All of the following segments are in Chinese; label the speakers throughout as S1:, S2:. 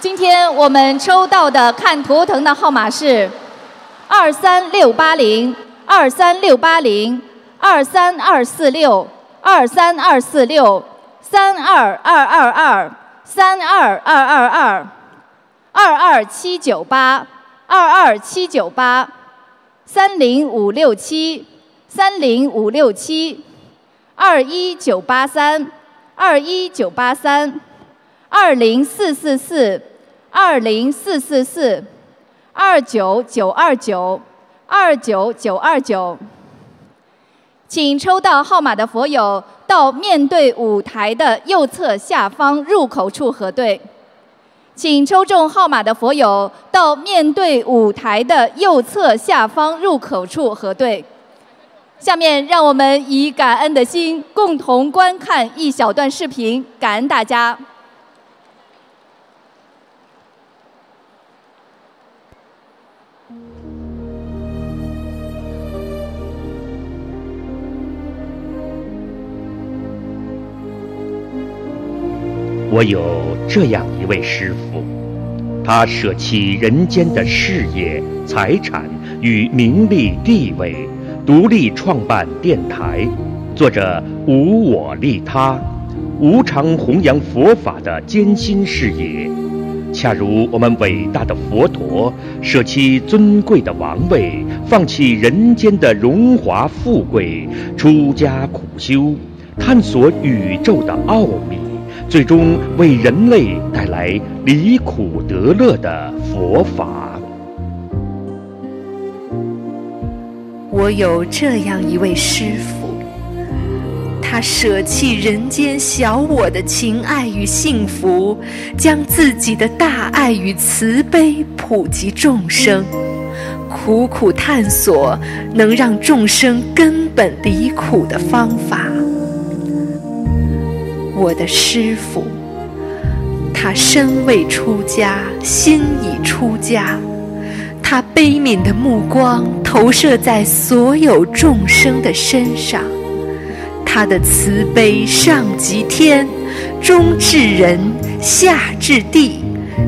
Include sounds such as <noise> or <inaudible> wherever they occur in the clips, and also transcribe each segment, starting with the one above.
S1: 今天我们抽到的看图腾的号码是二三六八零、二三六八零、二三二四六、二三二四六、三二二二二、三二二二二、二二七九八、二二七九八、三零五六七、三零五六七、二一九八三、二一九八三。二零四四四，二零四四四，二九九二九，二九九二九。请抽到号码的佛友到面对舞台的右侧下方入口处核对。请抽中号码的佛友到面对舞台的右侧下方入口处核对。下面让我们以感恩的心共同观看一小段视频，感恩大家。
S2: 我有这样一位师傅，他舍弃人间的事业、财产与名利地位，独立创办电台，做着无我利他、无偿弘扬佛法的艰辛事业。恰如我们伟大的佛陀舍弃尊贵的王位，放弃人间的荣华富贵，出家苦修，探索宇宙的奥秘，最终为人类带来离苦得乐的佛法。
S3: 我有这样一位师傅，他舍弃人间小我的情爱与幸福，将自己的大爱与慈悲普及众生，苦苦探索能让众生根本离苦的方法。我的师傅，他身未出家，心已出家。他悲悯的目光投射在所有众生的身上，他的慈悲上及天，中至人，下至地，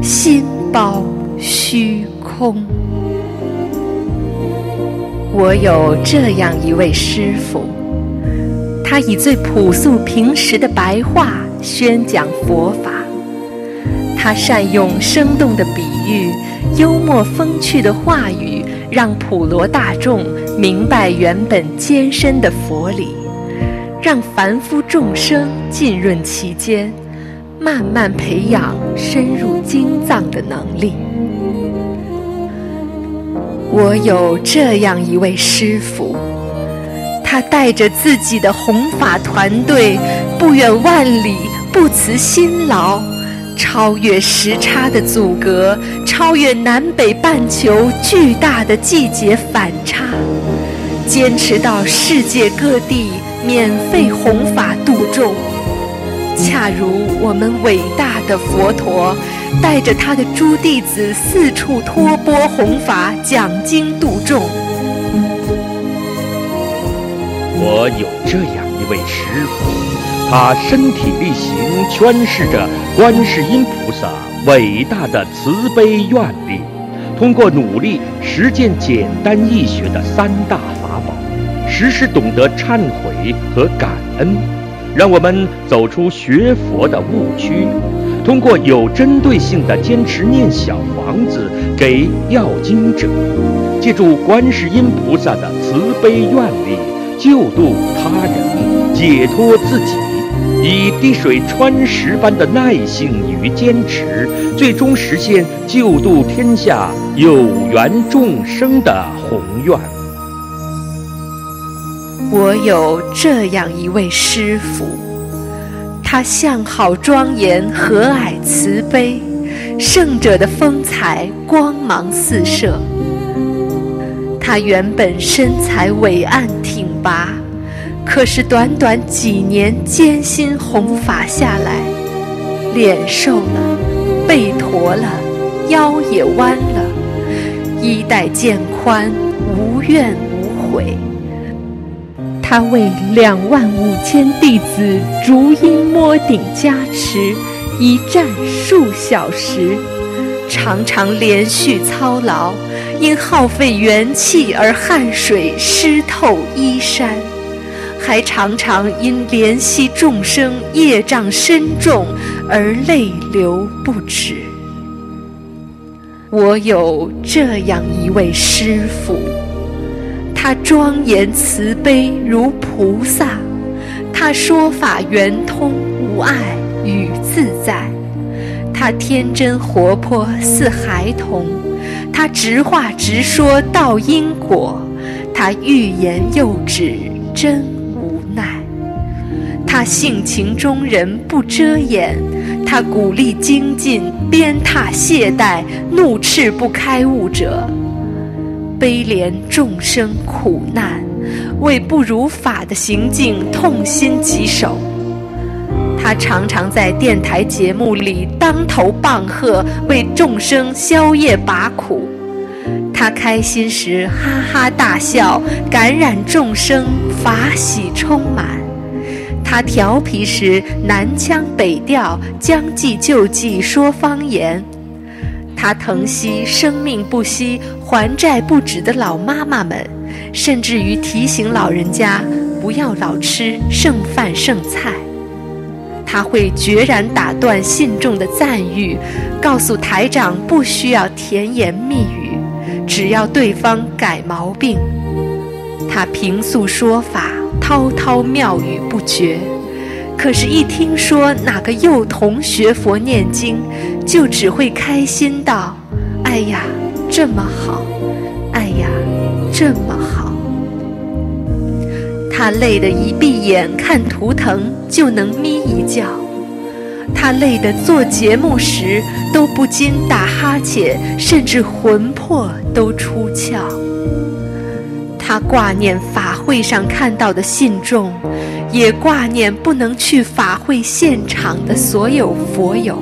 S3: 心包虚空。我有这样一位师傅，他以最朴素平实的白话宣讲佛法，他善用生动的比喻、幽默风趣的话语，让普罗大众明白原本艰深的佛理，让凡夫众生浸润其间，慢慢培养深入经藏的能力。我有这样一位师傅，他带着自己的弘法团队，不远万里，不辞辛劳，超越时差的阻隔，超越南北半球巨大的季节反差，坚持到世界各地免费弘法度众。恰如我们伟大的佛陀，带着他的诸弟子四处托钵弘法，讲经度众。
S2: 我有这样一位师傅，他身体力行，诠释着观世音菩萨伟大的慈悲愿力，通过努力实践简单易学的三大法宝，时时懂得忏悔和感恩，让我们走出学佛的误区。通过有针对性的坚持念小房子给要经者，借助观世音菩萨的慈悲愿力，救度他人，解脱自己，以滴水穿石般的耐性与坚持，最终实现救度天下有缘众生的宏愿。
S3: 我有这样一位师傅，他相好庄严，和蔼慈悲，圣者的风采光芒四射。他原本身材伟岸挺拔，可是短短几年艰辛弘法下来，脸瘦了，背驼了，腰也弯了，衣带渐宽，无怨无悔。他为两万五千弟子逐一摸顶加持，一站数小时，常常连续操劳，因耗费元气而汗水湿透衣衫，还常常因怜惜众生业障深重而泪流不止。我有这样一位师傅，他庄严慈悲如菩萨，他说法圆通无碍与自在。他天真活泼似孩童，他直话直说道因果，他欲言又止真无奈。他性情中人不遮掩，他鼓励精进，鞭挞懈怠，怒斥不开悟者，悲怜众生苦难，为不如法的行径痛心疾首。他常常在电台节目里当头棒喝，为众生消业拔苦。他开心时哈哈大笑，感染众生，法喜充满。他调皮时南腔北调，将计就计说方言。他疼惜生命不息、还债不止的老妈妈们，甚至于提醒老人家不要老吃剩饭剩菜。他会决然打断信众的赞誉，告诉台长不需要甜言蜜语，只要对方改毛病。他平素说法，滔滔妙语不绝，可是，一听说哪个幼童学佛念经，就只会开心道：“哎呀，这么好！哎呀，这么好！”他累得一闭眼看图腾就能眯一觉，他累得做节目时都不禁打哈欠，甚至魂魄都出窍。他挂念法会上看到的信众，也挂念不能去法会现场的所有佛友，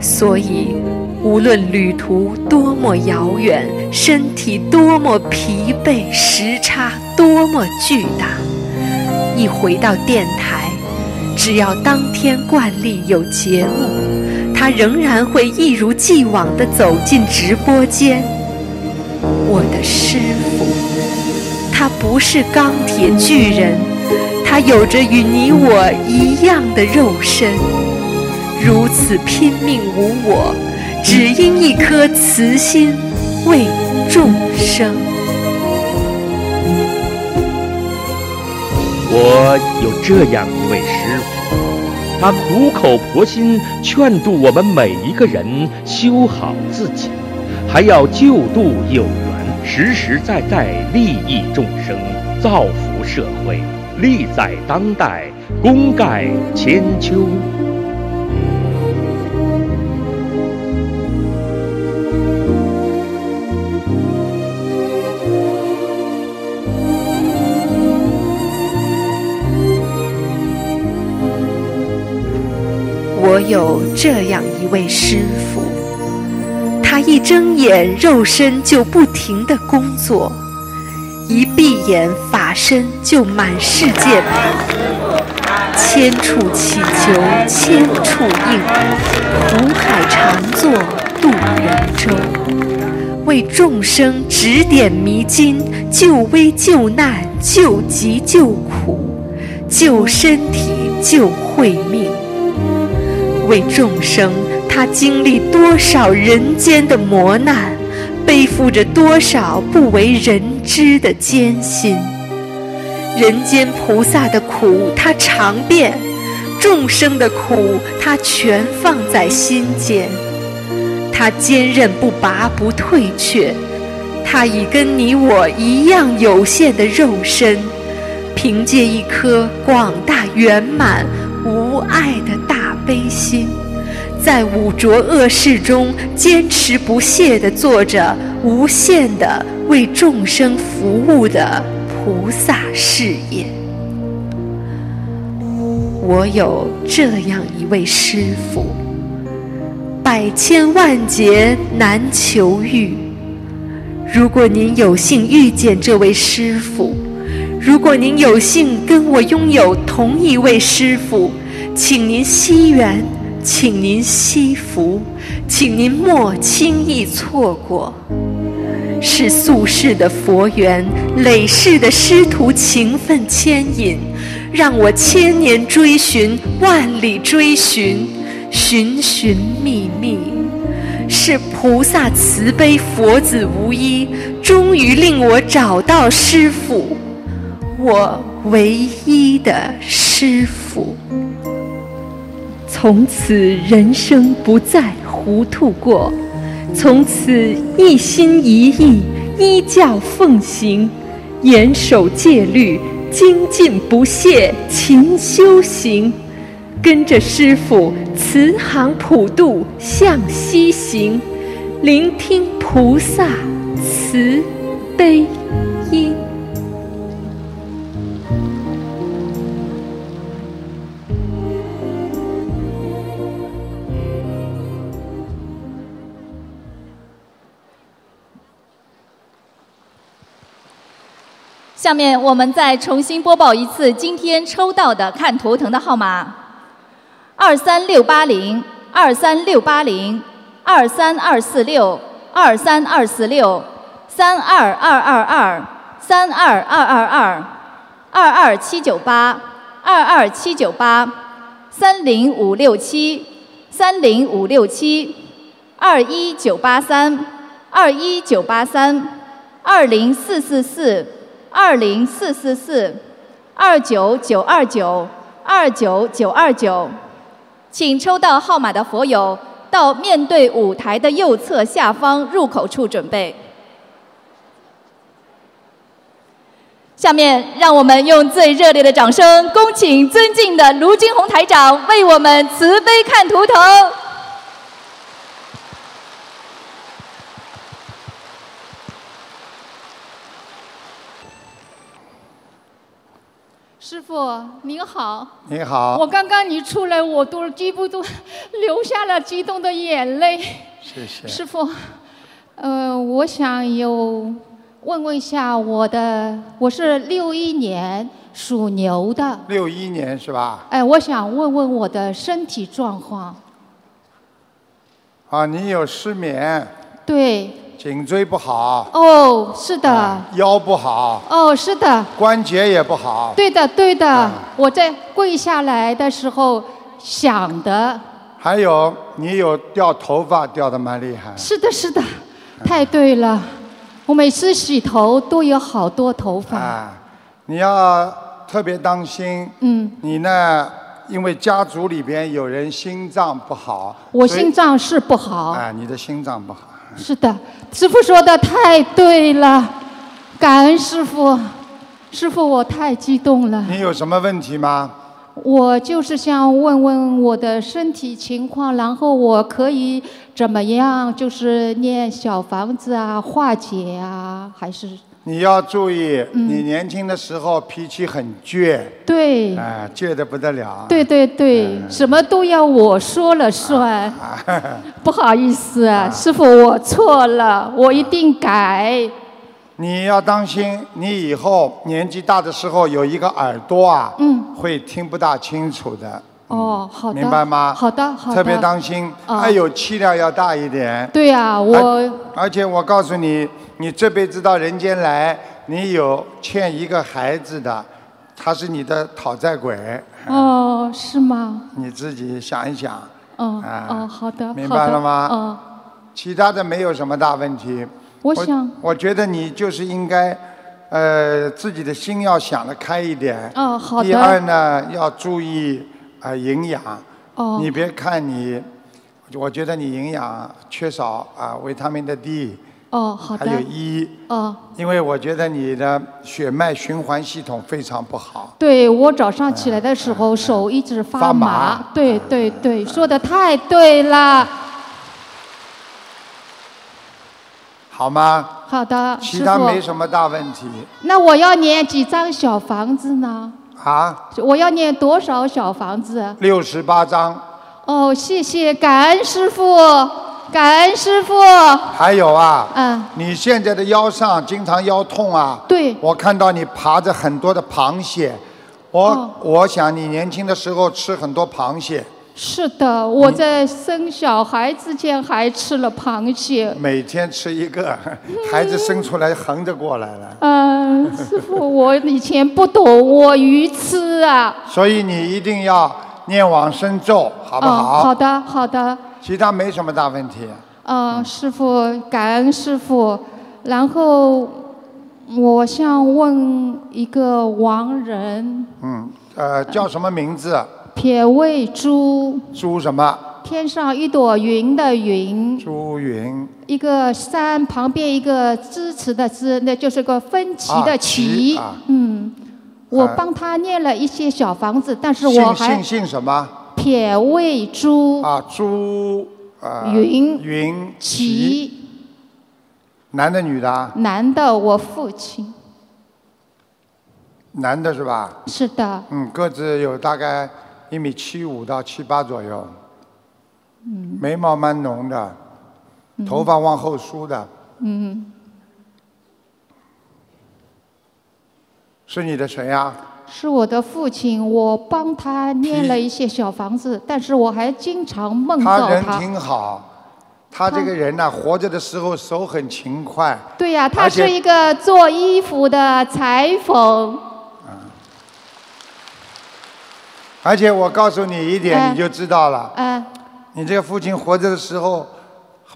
S3: 所以。无论旅途多么遥远，身体多么疲惫，时差多么巨大，一回到电台，只要当天惯例有节目，他仍然会一如既往地走进直播间。我的师傅，他不是钢铁巨人，他有着与你我一样的肉身，如此拼命无我。只因一颗慈心为众生。
S2: 我有这样一位师傅，他苦口婆心劝度我们每一个人修好自己，还要救度有缘，实实在在利益众生，造福社会，利在当代，功盖千秋。
S3: 我有这样一位师傅，他一睁眼肉身就不停的工作，一闭眼法身就满世界跑，千处祈求千处应，苦海常作渡人舟，为众生指点迷津，救危救难，救急救苦，救身体，救慧命。为众生，他经历多少人间的磨难，背负着多少不为人知的艰辛。人间菩萨的苦他尝遍，众生的苦他全放在心间。他坚韧不拔，不退却。他以跟你我一样有限的肉身，凭借一颗广大圆满无碍的大。悲心，在五浊恶世中坚持不懈地做着无限的为众生服务的菩萨事业。我有这样一位师傅，百千万劫难求遇。如果您有幸遇见这位师傅，如果您有幸跟我拥有同一位师傅，请您惜缘，请您惜福，请您莫轻易错过。是宿世的佛缘，累世的师徒情分牵引，让我千年追寻，万里追寻，寻寻觅觅。是菩萨慈悲，佛子无一，终于令我找到师傅，我唯一的师傅。从此人生不再糊涂过，从此一心一意依教奉行，严守戒律，精进不懈，勤修行，跟着师傅慈航普渡向西行，聆听菩萨慈悲音。
S1: 下面我们再重新播报一次今天抽到的看图腾的号码：二三六八零、二三六八零、二三二四六、二三二四六、三二二二二、三二二二二、二二七九八、二二七九八、三零五六七、三零五六七、二一九八三、二一九八三、二零四四四。二零四四四，二九九二九，二九九二九，请抽到号码的佛友到面对舞台的右侧下方入口处准备。下面让我们用最热烈的掌声，恭请尊敬的卢军红台长为我们慈悲看图腾。
S4: 师傅您好，
S5: 你好，
S4: 我刚刚一出来，我都几乎都 <laughs> 流下了激动的眼泪。
S5: 谢谢。
S4: 师傅，呃，我想有问问一下我的，我是六一年属牛的，
S5: 六一年是吧？
S4: 哎，我想问问我的身体状况。
S5: 啊，你有失眠，
S4: 对，
S5: 颈椎不好，
S4: 哦，是的，
S5: 腰不啊好，啊
S4: 哦，是的，
S5: 关节也不好，
S4: 对的，对的。我在跪下来的时候想的，
S5: 还有你有掉头发掉的蛮厉害。
S4: 是的，是的，太对了。我每次洗头都有好多头发。
S5: 啊，你要特别当心。
S4: 嗯，
S5: 你呢，因为家族里边有人心脏不好，
S4: 我
S5: 所以
S4: 心脏是不好。
S5: 啊，你的心脏不好。
S4: 是的，师傅说的太对了，感恩师傅。师傅，我太激动了，
S5: 你有什么问题吗？
S4: 我就是想问问我的身体情况，然后我可以怎么样，就是念小房子啊，化解啊，还是
S5: 你要注意，
S4: 嗯
S5: 你年轻的时候脾气很倔，
S4: 对。
S5: 啊，嗯倔得不得了。
S4: 对对对，什么都要我说了算，
S5: 啊
S4: 不好意思，啊、师傅，我错了，我一定改。
S5: 你要当心，你以后年纪大的时候有一个耳朵啊，
S4: 嗯
S5: 会听不大清楚的，
S4: 哦，好的，
S5: 明白吗？
S4: 好的，好的，
S5: 特别当心，
S4: 啊
S5: 还有气量要大一点。
S4: 对啊，我
S5: 而且我告诉你，你这辈子到人间来，你有欠一个孩子的，他是你的讨债鬼，
S4: 哦，是吗？
S5: 你自己想一想。
S4: 哦
S5: 啊
S4: 哦，好的，
S5: 明
S4: 好
S5: 白
S4: 的
S5: 了吗
S4: 哦，
S5: 其他的没有什么大问题。
S4: 我想，
S5: 我觉得你就是应该，呃，自己的心要想得开一点。
S4: 哦好的
S5: 第二呢，要注意啊、呃营养。
S4: 哦
S5: 你别看你，我觉得你营养缺少啊、维他命的 D，
S4: 哦，好
S5: 还
S4: 的
S5: 有，E，
S4: 哦，
S5: 因为我觉得你的血脉循环系统非常不好。
S4: 对我早上起来的时候手一直
S5: 啊发
S4: 发
S5: 麻
S4: 麻，对对对，说的太对了。
S5: 好吗？
S4: 好的，
S5: 其
S4: 师
S5: 他
S4: 傅，
S5: 没什么大问题
S4: 那我要念几张小房子呢？
S5: 啊。
S4: 我要念多少小房子？
S5: 六十八章，
S4: 哦，谢谢，感恩师傅，感恩师傅。
S5: 还有啊，
S4: 嗯，
S5: 你现在的腰上经常腰痛啊。
S4: 对，
S5: 我看到你爬着很多的螃蟹，我、
S4: 哦
S5: 我想你年轻的时候吃很多螃蟹，
S4: 是的，我在生小孩之前还吃了螃蟹。
S5: 每天吃一
S4: <laughs>
S5: 个，孩子生出来横着过来了，
S4: 嗯、师傅，我以前不懂，我愚痴啊。
S5: 所以你一定要念往生咒，好不
S4: 啊，
S5: 好？
S4: 好的，好的。
S5: 其他没什么大问题。
S4: 嗯、师傅，感恩师傅。然后我想问一个亡人，
S5: 嗯，呃，叫什么名字？
S4: 撇未珠，
S5: 朱什么？
S4: 天上一朵云的云，
S5: 朱云
S4: 一个山旁边一个支持的支，那就是个分歧
S5: 啊
S4: 的
S5: 旗
S4: 旗。
S5: 啊
S4: 嗯，我
S5: 啊
S4: 帮他念了一些小房子，但是我
S5: 姓
S4: 还
S5: 姓姓什么？
S4: 撇未珠、
S5: 啊，朱呃
S4: 云
S5: 云齐，
S4: 旗，
S5: 男的女的啊？
S4: 男的，我父亲。
S5: 男的是吧？
S4: 是的，
S5: 嗯，个子有大概一米七五到七八左右，
S4: 嗯
S5: 眉毛蛮浓的，头发往后梳的，
S4: 嗯，
S5: 是你的谁啊呀、
S4: 是我的父亲，我帮他念了一些小房子，但是我还经常梦到
S5: 他人啊
S4: 他。
S5: 挺好，他这个人呢、啊活着的时候手很勤快，
S4: 对呀、他
S5: 而且
S4: 是一个做衣服的裁缝。
S5: 而且我告诉你一点，
S4: 哎
S5: 你就知道了。
S4: <laughs> 嗯、
S5: 你这个父亲活着的时候，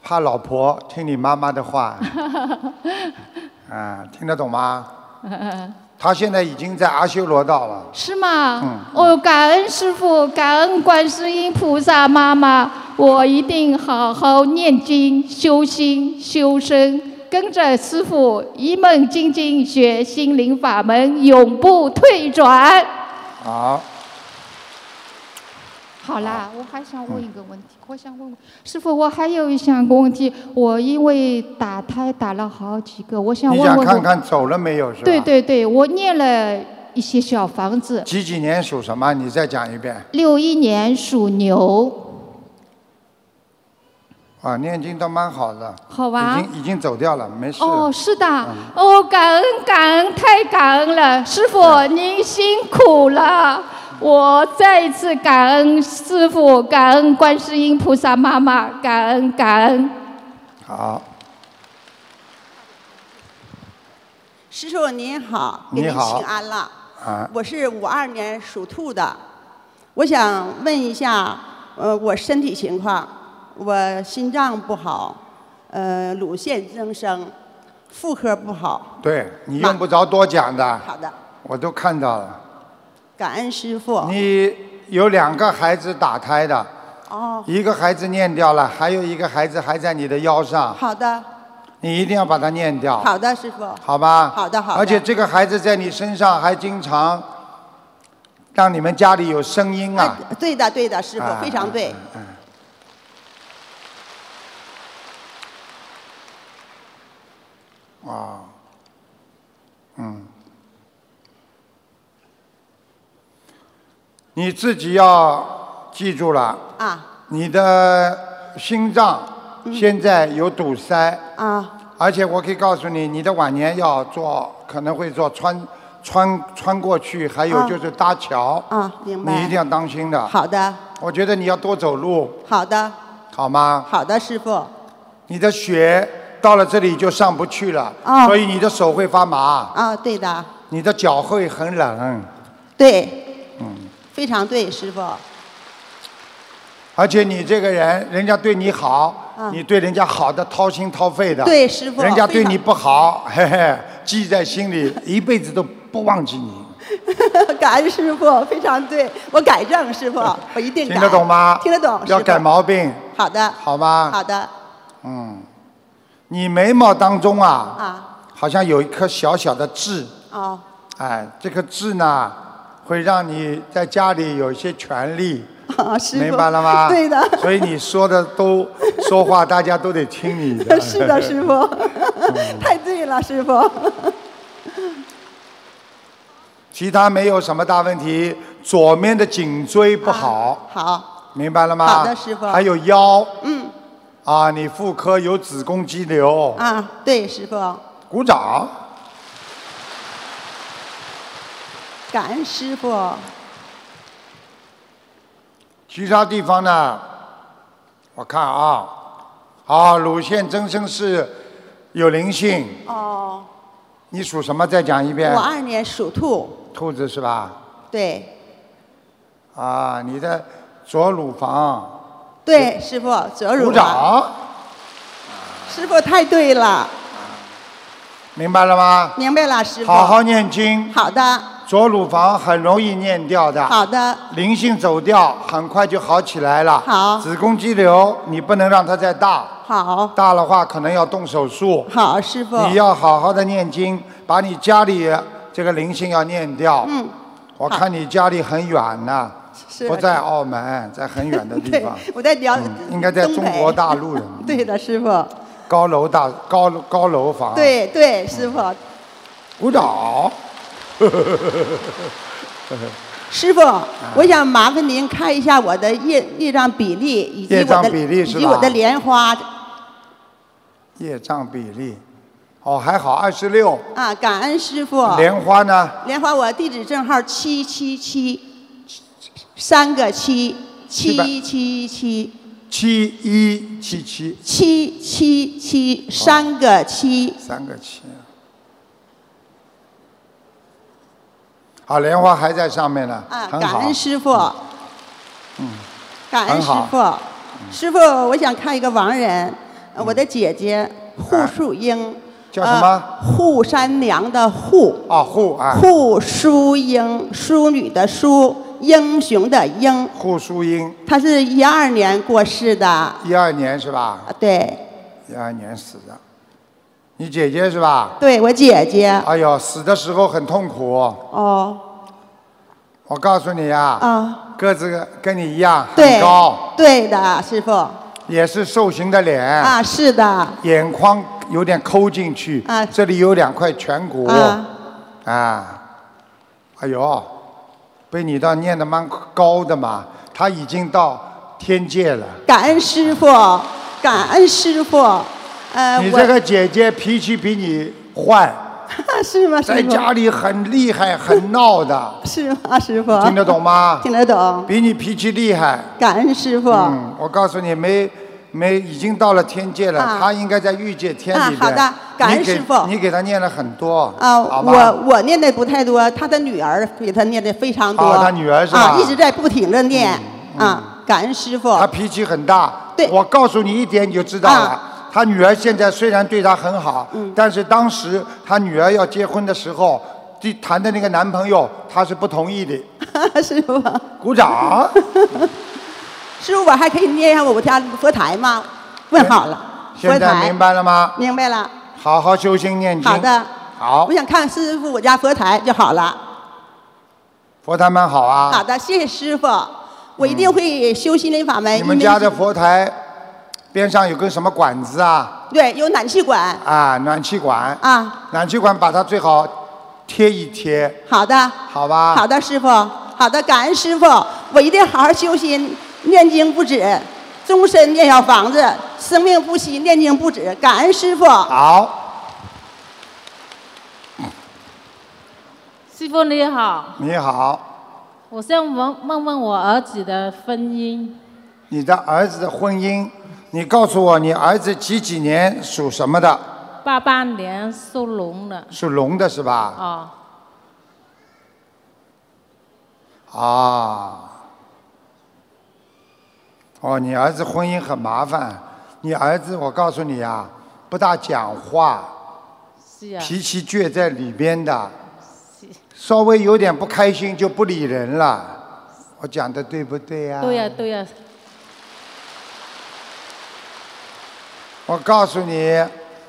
S5: 怕老婆听你妈妈的
S4: <laughs>
S5: 话，啊，听得懂吗？他现在已经在阿修罗道了。
S4: 是吗？哦，感恩师傅，感恩观世音菩萨妈妈，我一定好好念经、修心、修身，跟着师傅一梦精进学心灵法门，永不退转。
S5: 好，
S4: 好啦，我还想问一个问题，我想问师傅，我还有一想个问题，我因为打胎打了好几个，我想
S5: 你
S4: 问
S5: 想
S4: 问
S5: 看
S4: 我，
S5: 看走了没有是吧？
S4: 对。对对，我念了一些小房子，
S5: 几几年属什么？你再讲一遍。
S4: 六一年属牛，
S5: 啊，念经倒蛮好的，
S4: 好吧？
S5: 已经已经走掉了，没事。
S4: 哦，是的，哦，感恩感恩，太感恩了，师傅您辛苦了，我再一次感恩师傅，感恩观世音菩萨妈妈，感恩感恩。
S5: 好，
S6: 师傅您好，给
S5: 你
S6: 您
S5: 好
S6: 请安了。
S5: 啊
S6: 我是五二年属兔的，我想问一下，呃，我身体情况，我心脏不好，呃，乳腺增生，妇科不好。
S5: 对你用不着多讲的，
S6: 好的，
S5: 我都看到了。
S6: 感恩师傅。
S5: 你有两个孩子打胎的，
S6: 哦，
S5: 一个孩子念掉了，还有一个孩子还在你的腰上，
S6: 好的，
S5: 你一定要把它念掉，
S6: 好的，师傅。
S5: 好吧？
S6: 好的好的
S5: 而且这个孩子在你身上还经常让你们家里有声音啊，
S6: 哎对的，对的，师傅、
S5: 啊
S6: 非常对。
S5: 啊嗯你自己要记住了，
S6: 啊嗯
S5: 你的心脏现在有堵塞，
S6: 啊，
S5: 而且我可以告诉你，你的晚年要做，可能会做穿穿穿过去，还有
S6: 啊
S5: 就是搭桥，
S6: 啊明白
S5: 你一定要当心的。
S6: 好的，
S5: 我觉得你要多走路，
S6: 好的，
S5: 好吗？
S6: 好的，师傅。
S5: 你的血到了这里就上不去了，
S6: 哦
S5: 所以你的手会发麻，
S6: 啊，对的，
S5: 你的脚会很冷，
S6: 对。
S5: 嗯
S6: 非常对，师傅。
S5: 而且你这个人，人家对你好，
S6: 嗯
S5: 你对人家好的掏心掏肺的，
S6: 对师傅
S5: 人家对
S6: 非常
S5: 你不好，嘿嘿，记在心里，一辈子都不忘记你。
S6: <laughs> 感恩师傅，非常对，我改正师
S5: <laughs>
S6: 傅，我一定改
S5: 听得懂吗？
S6: 听得懂，
S5: 要
S6: 师傅
S5: 改。毛病，
S6: 好的，
S5: 好啊吗？嗯
S6: 好的
S5: 你眉毛当中啊，
S6: 啊，
S5: 好像有一颗小小的痣，
S6: 哦，
S5: 哎，这个痣呢，会让你在家里有一些权利，
S6: 啊师傅，
S5: 明白了吗？
S6: <laughs> 对的，
S5: 所以你说的都说话，大家都得听你
S6: <laughs>
S5: 的。嗯
S6: 是的，师傅， <laughs> 太对了，师傅。
S5: 其他没有什么大问题，左面的颈椎不好，
S6: 啊好，
S5: 明白了吗？
S6: 好的师傅
S5: 还有腰，嗯，啊，你妇科有子宫肌瘤，
S6: 啊，对，师傅，
S5: 鼓掌。
S6: 感恩师傅，
S5: 其他地方呢，我看啊，好，乳腺增生是有灵性。
S6: 哦，
S5: 你属什么？再讲一遍
S6: 五。二年属兔，
S5: 兔子是吧？
S6: 对
S5: 啊，你的左乳房、
S6: 对，师傅左乳
S5: 鼓
S6: 房，
S5: 掌，
S6: 师傅太对了，
S5: 明白了吗？
S6: 明白了，师傅。
S5: 好好念经，
S6: 好的，
S5: 左乳房很容易念掉的。
S6: 好的，
S5: 灵性走掉，很快就好起来了。
S6: 好
S5: 子宫肌瘤你不能让它再大，
S6: 好，
S5: 大的话可能要动手术。
S6: 好，师傅。
S5: 你要好好的念经，把你家里这个灵性要念掉。
S6: 嗯，
S5: 我看你家里很远呢、
S6: 是
S5: 不在澳门，在很远的
S6: <laughs>
S5: 地
S6: 对
S5: 方，，
S6: 我在辽，
S5: 嗯应该在中国大陆人
S6: 东北。 <laughs> 对的，师傅。
S5: 高楼大高高楼房。，
S6: 对对，师
S5: 嗯
S6: 傅，
S5: 鼓掌。 <laughs>
S6: 师傅，我想麻烦您看一下我的业业障比例，以及
S5: 业
S6: 我
S5: 障
S6: 的
S5: 比例
S6: 以
S5: 是
S6: 及
S5: 吧
S6: 我的莲花
S5: 业障比例，哦，还好二十六。
S6: 啊，感恩师傅。
S5: 莲花呢？
S6: 莲花，我地址证号七七七，三个七，
S5: 七百
S6: 七七七，
S5: 七一七七，
S6: 七七七，三个七，
S5: 三个七。好，啊莲花还在上面呢，
S6: 啊，
S5: 很
S6: 感
S5: 好嗯
S6: 恩。师傅。嗯，感恩
S5: 很
S6: 师
S5: 好嗯
S6: 傅。师傅，我想看一个亡人，呃我的姐姐
S5: 哎
S6: 扈树英，
S5: 叫什么
S6: 呃？扈三娘的扈，
S5: 啊，护啊，
S6: 扈淑英，淑女的淑，英雄的英。
S5: 护淑英，
S6: 她是一二年过世的，啊
S5: 一二年是吧？
S6: 对，
S5: 一二年死的，你姐姐是吧？
S6: 对我姐姐。
S5: 哎呦，死的时候很痛苦。
S6: 哦，
S5: 我告诉你啊，
S6: 啊，
S5: 个子跟你一样很
S6: 对
S5: 高，，
S6: 对的，师傅。
S5: 也是瘦型的脸，
S6: 啊，是的，
S5: 眼眶有点抠进去，
S6: 啊
S5: 这里有两块颧骨，
S6: 啊，
S5: 啊，哎呦，被你倒念得蛮高的嘛，他已经到天界了。
S6: 感恩师傅，感恩师傅。呃，
S5: 你
S6: 我
S5: 这个姐姐脾气比你坏，
S6: <laughs> 是吗，师
S5: 在
S6: 傅？
S5: 家里很厉害、很闹的，
S6: <laughs> 是吗，师傅？
S5: 听得懂吗？
S6: 听得懂，
S5: 比你脾气厉害。
S6: 感恩师傅。
S5: 嗯，我告诉你，没没，已经到了天界了，
S6: 啊
S5: 他应该在欲界天里边。
S6: 啊好的感恩
S5: 你给
S6: 师父
S5: 你给他念了很多
S6: 啊，
S5: 好吧
S6: 我我念的不太多，他的女儿给他念的非常多。
S5: 啊他女儿是吧嗯
S6: 啊，一直在不停的念啊，感恩师傅。
S5: 他脾气很大。
S6: 对
S5: 我告诉你一点你就知道了
S6: 啊。嗯
S5: 他女儿现在虽然对他很好，但是当时他女儿要结婚的时候，就谈的那个男朋友他是不同意的。
S6: <laughs> 师傅，
S5: 鼓掌。
S6: 师傅，我还可以念一下我家佛台吗？ <laughs> 问好了，佛
S5: 现在
S6: 台
S5: 明白了吗？
S6: 明白了。
S5: 好好修心念经。
S6: 好的，
S5: 好
S6: 我，想看师傅我家佛台就好了。
S5: 佛台蛮好啊。嗯
S6: 好的，谢谢师傅，我一定会修心灵法门。
S5: 你
S6: 因
S5: 们
S6: 为
S5: 家的佛台边上有根什么管子啊？
S6: 对有暖气管
S5: 啊，暖气管。
S6: 啊。
S5: 暖气管把它最好贴一贴，
S6: 好的，
S5: 好吧？
S6: 好的，师傅，好的，感恩师傅，我一定好好修心，念经不止，终身念小房子，生命不息，念经不止，感恩师傅。
S5: 好，
S7: 师傅你好，
S5: 你好，
S7: 我想问问问我儿子的婚姻，
S5: 你的儿子的婚姻，你告诉我，你儿子几几年属什么的？
S7: 八八年属龙的
S5: 属龙的是吧？
S7: 啊，
S5: 啊，哦，你儿子婚姻很麻烦，你儿子我告诉你啊，不大讲话，
S7: 是啊，
S5: 脾气倔在里边的，稍微有点不开心就不理人了。我讲的对不对啊呀、
S7: 哦对呀、对呀、
S5: 我告诉你，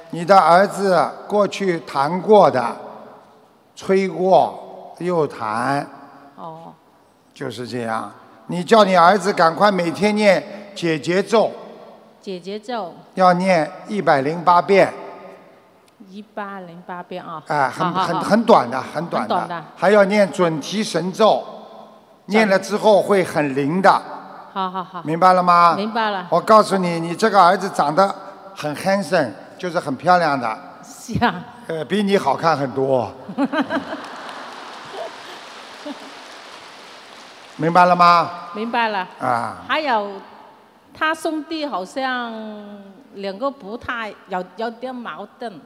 S5: 你的儿子过去弹过的，吹过又弹，
S7: 哦，
S5: 就是这样。你叫你儿子赶快每天念解结咒，
S7: 姐姐咒
S5: 要念一百零八遍，
S7: 一八零八遍啊，
S5: 哎、很
S7: 好好
S5: 很
S7: 好
S5: 很短的，很短的，
S7: 很短的
S5: 还要念准提神咒，念了之后会很灵的，
S7: 好好好，
S5: 明白哦了吗？
S7: 哦明白了，
S5: 我告诉你，你这个儿子长得很 handsome，就是很漂亮的，
S7: 是啊，
S5: 呃，比你好看很多。明白了吗？
S7: <laughs> 明白了。
S5: 啊，
S7: 还有他兄弟好像两个不太有有点矛盾，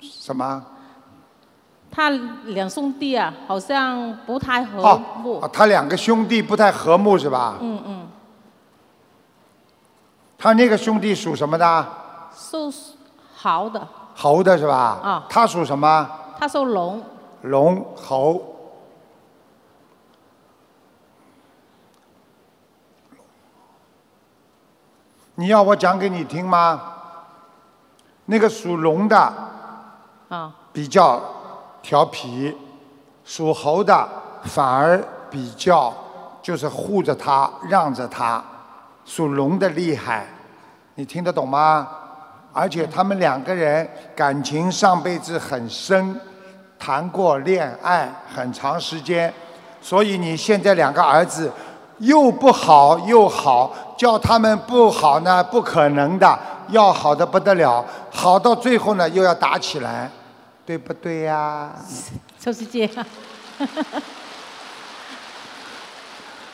S5: 什么？
S7: 他两兄弟啊好像不太和
S5: 哦
S7: 睦。
S5: 哦，他两个兄弟不太和睦是吧？
S7: 嗯嗯，
S5: 他那个兄弟属什么的？
S7: 属猴的，
S5: 猴的是吧？
S7: 啊
S5: 他属什么？
S7: 他属龙，
S5: 龙猴。你要我讲给你听吗？那个属龙的
S7: 啊
S5: 比较调皮，属猴的反而比较就是护着他，让着他。属龙的厉害，你听得懂吗？而且他们两个人感情上辈子很深，谈过恋爱很长时间，所以你现在两个儿子又不好又好，叫他们不好呢不可能的，要好的不得了，好到最后呢又要打起来，对不对呀、
S7: <laughs> 就是这样。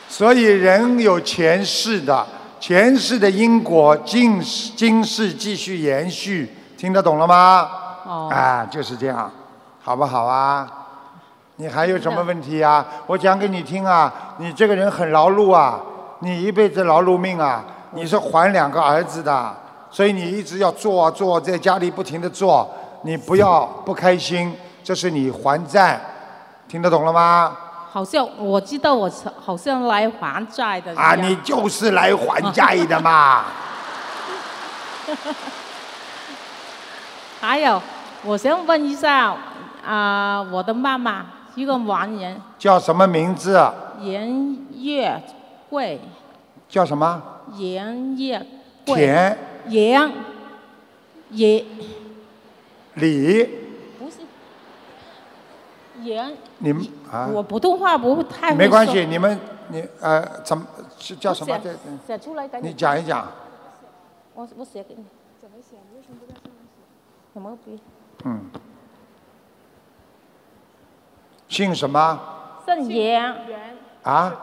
S5: 所以人有前世的，前世的因果，今世今世继续延续，听得懂了吗？
S7: 哦，
S5: 啊，就是这样，好不好啊？你还有什么问题啊？我讲给你听啊，你这个人很劳碌啊，你一辈子劳碌命啊，你是还两个儿子的，所以你一直要做啊做，在家里不停的做，你不要不开心，这是你还债，听得懂了吗？
S7: 好像我知道我好像来还债的一样。
S5: 啊，你就是来还债
S7: <laughs>
S5: 的嘛。
S7: 还有，哎我想问一下啊、我的妈妈一个盲人，
S5: <laughs> 叫什么名字？
S7: 严月桂，
S5: 叫什么？
S7: 严月桂，
S5: 田
S7: 严严
S5: 李，
S7: 不是严，
S5: 你们啊，
S7: 我普通话不太会
S5: 没关系，
S7: 说，
S5: 你们你呃，怎么是叫什么？这这
S7: 写出来赶
S5: 你
S7: 紧，
S5: 讲一讲。
S7: 我我写给你。怎么写？为什么不在上面写？
S5: 嗯，姓什么
S7: 怎么不？姓严，
S5: 啊？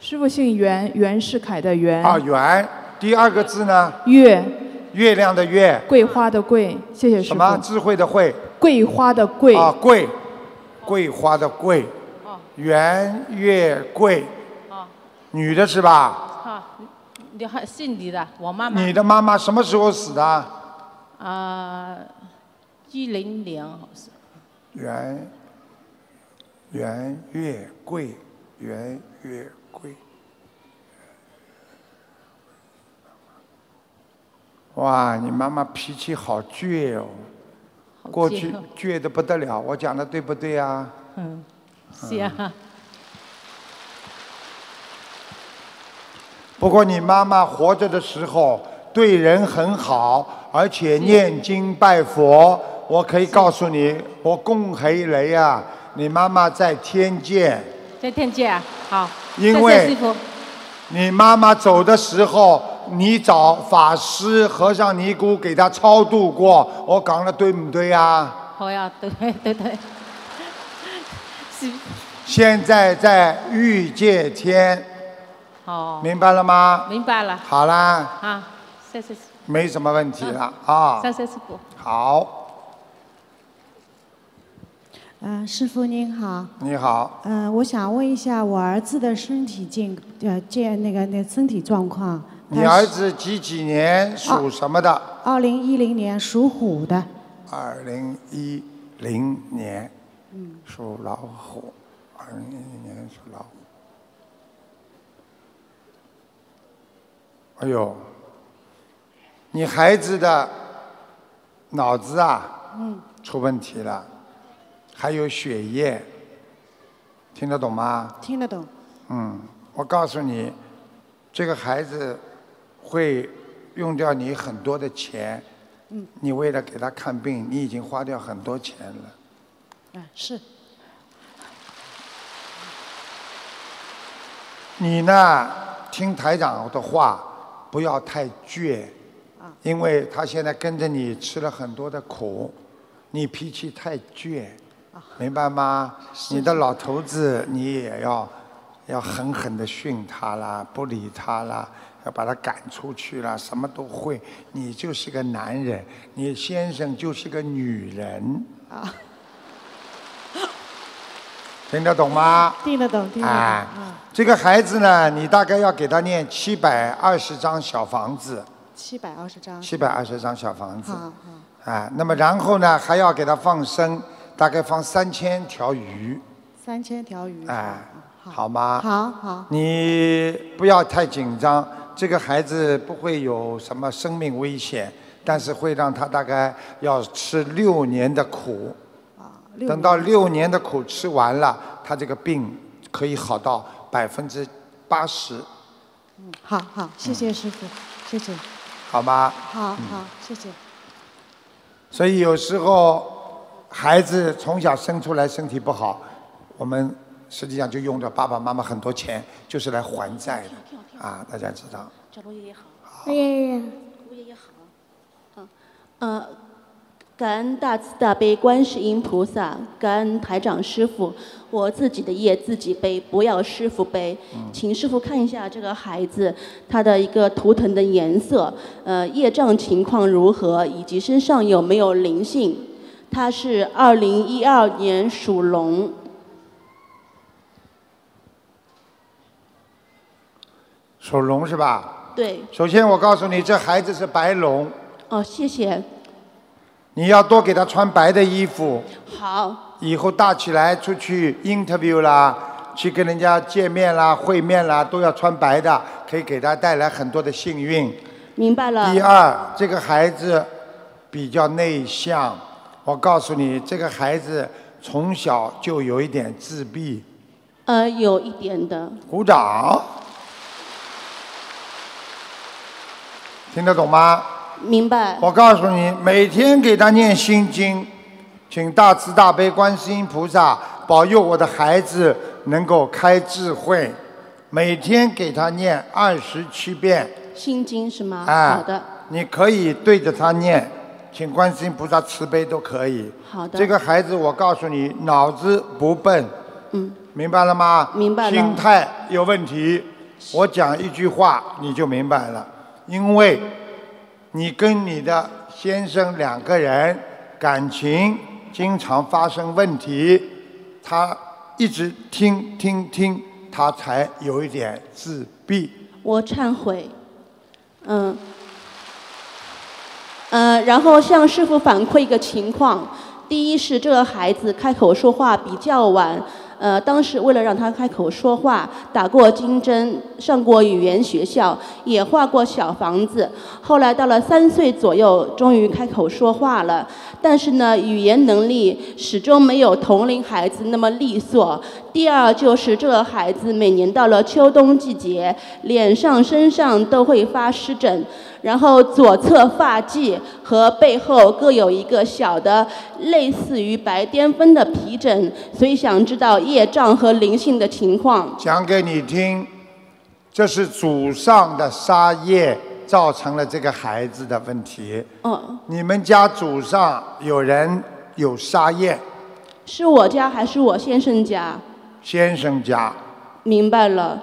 S8: 师傅姓袁，袁世凯的袁，
S5: 啊，袁。第二个字呢？
S8: 月
S5: 月亮的月，
S8: 桂花的桂，谢谢师
S5: 什么
S8: 傅。
S5: 智慧的慧
S8: 桂花的桂，
S5: 啊？桂，桂花的桂。袁月桂。哦女的是吧？
S7: 哈，啊你还姓李的，我妈妈。
S5: 你的妈妈什么时候死的？
S7: 啊，一零年好像。
S5: 袁袁月桂，袁月桂。哇，你妈妈脾气好倔哦，
S7: 好
S5: 过
S7: 记
S5: 去
S7: 哦
S5: 倔得不得了。我讲的对不对啊？
S7: 嗯，是
S5: 嗯
S7: 啊，
S5: 不过你妈妈活着的时候对人很好，而且念经拜佛。我可以告诉你，我恭喜雷啊！你妈妈在天界，
S7: 在天界啊，好，
S5: 因
S7: 谢谢
S5: 为
S7: 师傅，
S5: 你妈妈走的时候，你找法师、和尚、尼姑给她超度过。我讲的对不对啊？
S7: 好呀，对对对，是
S5: 现在在欲界天，
S7: 哦，
S5: 明白了吗？
S7: 明白了
S5: 好啦，
S7: 啊，谢谢师，
S5: 没什么问题了啊
S7: 谢。谢师傅，
S5: 好，
S9: 呃，师傅您好，
S5: 你好，
S9: 呃，我想问一下我儿子的身体健呃健那个那身体状况。
S5: 你儿子几几年属什么的？
S9: 二零一零年属虎的，
S5: 二零一零年，属老虎。二零一零年属老虎。哎呦，你孩子的脑子啊，出问题了，还有血液，听得懂吗？
S9: 听得懂？
S5: 嗯，我告诉你，这个孩子会用掉你很多的钱。嗯。你为了给他看病，你已经花掉很多钱了。
S9: 啊，是
S5: 你呢，听台长的话，不要太倔，因为他现在跟着你吃了很多的苦，你脾气太倔，明白吗？你的老头子，你也要要狠狠的训他啦，不理他啦，要把他赶出去啦，什么都会。你就是个男人，你先生就是个女人。
S9: 啊，
S5: 听得懂吗？
S9: 听得懂，听得懂。
S5: 哎
S9: 啊，
S5: 这个孩子呢，你大概要给他念七百二十张小房子，
S9: 七百二十张。
S5: 七百二十张小房子。
S9: 好好。
S5: 啊，那么然后呢，还要给他放生，大概放三千条鱼，
S9: 三千条鱼。
S5: 哎，好吗？
S9: 好好。
S5: 你不要太紧张，这个孩子不会有什么生命危险，但是会让他大概要吃六年的苦。
S9: 六
S5: 等到六年的苦吃完了，他这个病可以好到百分之八十，
S9: 嗯好好，谢谢师傅，谢谢。
S5: 好吗？
S9: 好好，谢谢。
S5: 所以有时候孩子从小生出来身体不好，我们实际上就用着爸爸妈妈很多钱，就是来还债的啊！大家知道，
S10: 叫罗爷爷好。罗爷爷，罗爷爷好。嗯，呃，感恩大慈大悲观世音菩萨，感恩台长师傅。我自己的业自己背，不要师傅背。请师傅看一下这个孩子他的一个图腾的颜色，呃，业障情况如何，以及身上有没有灵性。他是二零一二年属龙。
S5: 属龙是吧？
S10: 对，
S5: 首先我告诉你，这孩子是白龙，
S10: 哦，谢谢。
S5: 你要多给他穿白的衣服，
S10: 好，
S5: 以后大起来出去 interview 啦，去跟人家见面啦、会面啦，都要穿白的，可以给他带来很多的幸运。
S10: 明白了。
S5: 第二，这个孩子比较内向，我告诉你，这个孩子从小就有一点自闭。
S10: 呃，有一点的。
S5: 鼓掌。听得懂吗？
S10: 明白。
S5: 我告诉你，每天给他念心经，请大慈大悲观世音菩萨保佑我的孩子能够开智慧。每天给他念二十七遍，
S10: 心经是吗？
S5: 哎
S10: 好的，
S5: 你可以对着他念，请观世音菩萨慈悲都可以。
S10: 好的。
S5: 这个孩子，我告诉你，脑子不笨，
S10: 嗯，
S5: 明白了吗？
S10: 明白了
S5: 心态有问题，我讲一句话你就明白了，因为你跟你的先生两个人感情经常发生问题，他一直听听听，他才有一点自闭。
S10: 我忏悔。嗯。呃，然后向师傅反馈一个情况，第一是这个孩子开口说话比较晚，呃，当时为了让他开口说话，打过金针，上过语言学校，也画过小房子，后来到了三岁左右，终于开口说话了，但是呢，语言能力始终没有同龄孩子那么利索。第二就是这个孩子每年到了秋冬季节，脸上、身上都会发湿疹，然后左侧发际和背后各有一个小的类似于白癜风的皮疹，所以想知道业障和灵性的情况。
S5: 讲给你听，这是祖上的杀业造成了这个孩子的问题。
S10: 嗯，
S5: 你们家祖上有人有杀业，
S10: 是我家还是我先生家？
S5: 先生家
S10: 明白了。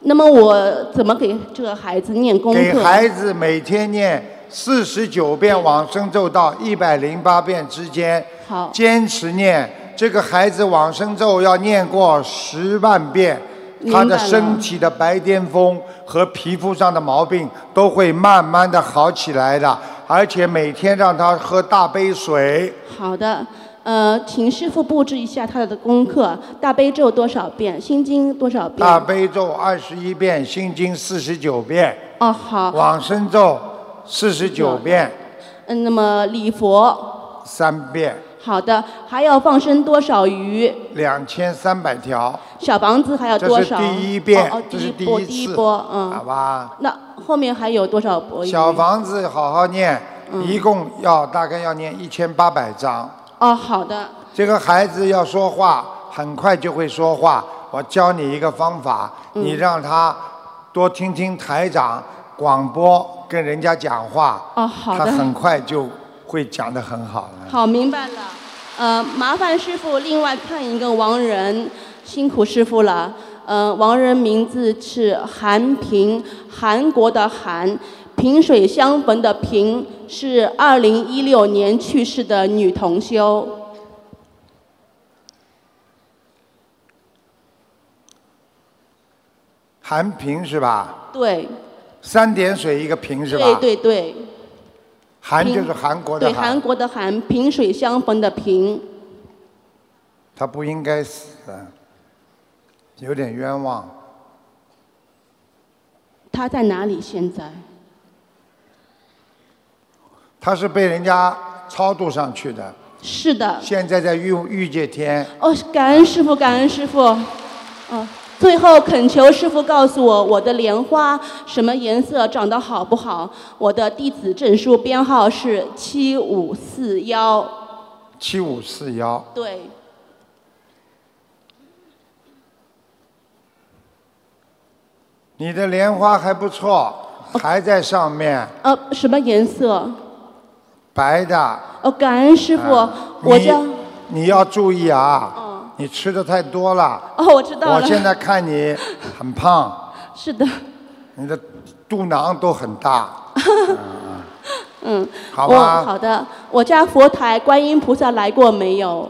S10: 那么我怎么给这个孩子念功课？
S5: 给孩子每天念四十九遍往生咒到一百零八遍之间，
S10: 好，
S5: 坚持念。这个孩子往生咒要念过十万遍，
S10: 明白
S5: 他
S10: 了
S5: 的身体的白癜风和皮肤上的毛病都会慢慢的好起来的，而且每天让他喝大杯水，
S10: 好的。呃，请师傅布置一下他的功课，大悲咒多少遍，心经多少遍？
S5: 大悲咒二十一遍，心经四十九遍，
S10: 哦，好。
S5: 往生咒四十九遍，
S10: 嗯，那么礼佛，
S5: 三遍，
S10: 好的，还要放生多少鱼？
S5: 两千三百条，
S10: 小房子还要
S5: 这
S10: 多
S5: 是
S10: 少？
S5: 第一遍
S10: 哦哦，，
S5: 这
S10: 第
S5: 是
S10: 一
S5: 第
S10: 波，
S5: 一
S10: 一
S5: 次，
S10: 波，
S5: 好
S10: 嗯。
S5: 吧？
S10: 那后面还有多少波鱼？
S5: 小房子好好念，
S10: 嗯
S5: 一共要大概要念一千八百章。
S10: 哦，好的，
S5: 这个孩子要说话，很快就会说话。我教你一个方法，
S10: 嗯
S5: 你让他多听听台长广播，跟人家讲话，
S10: 哦，好
S5: 他
S10: 的，
S5: 很快就会讲得很好了。
S10: 好，明白了。呃，麻烦师傅另外看一个亡人，辛苦师傅了。呃，亡人名字是韩平，韩国的韩，萍水相逢的萍，是二零一六年去世的女同修。
S5: 韩平是吧？
S10: 对，
S5: 三点水一个平是吧？
S10: 对对对，
S5: 韩就是韩国的
S10: 对韩国的韩，萍水相逢的萍。
S5: 他不应该死，嗯有点冤枉。
S10: 他在哪里现在？
S5: 他是被人家超度上去的，
S10: 是的。
S5: 现在在欲欲界天。
S10: 哦，感恩师傅，感恩师傅。嗯，最后恳求师傅告诉我，我的莲花什么颜色，长得好不好？我的弟子证书编号是七五四幺。
S5: 七五四幺，
S10: 对，
S5: 你的莲花还不错，
S10: 哦
S5: 还在上面，
S10: 呃，什么颜色？
S5: 白的。嗯
S10: 哦，感恩师傅，我
S5: 你
S10: 家
S5: 你要注意啊，你吃的太多了。
S10: 哦，我知道了。
S5: 我现在看你很胖，
S10: <laughs> 是的，
S5: 你的肚囊都很大，
S10: 嗯，
S5: 好
S10: 我
S5: 吧
S10: 好的，我家佛台观音菩萨来过没有？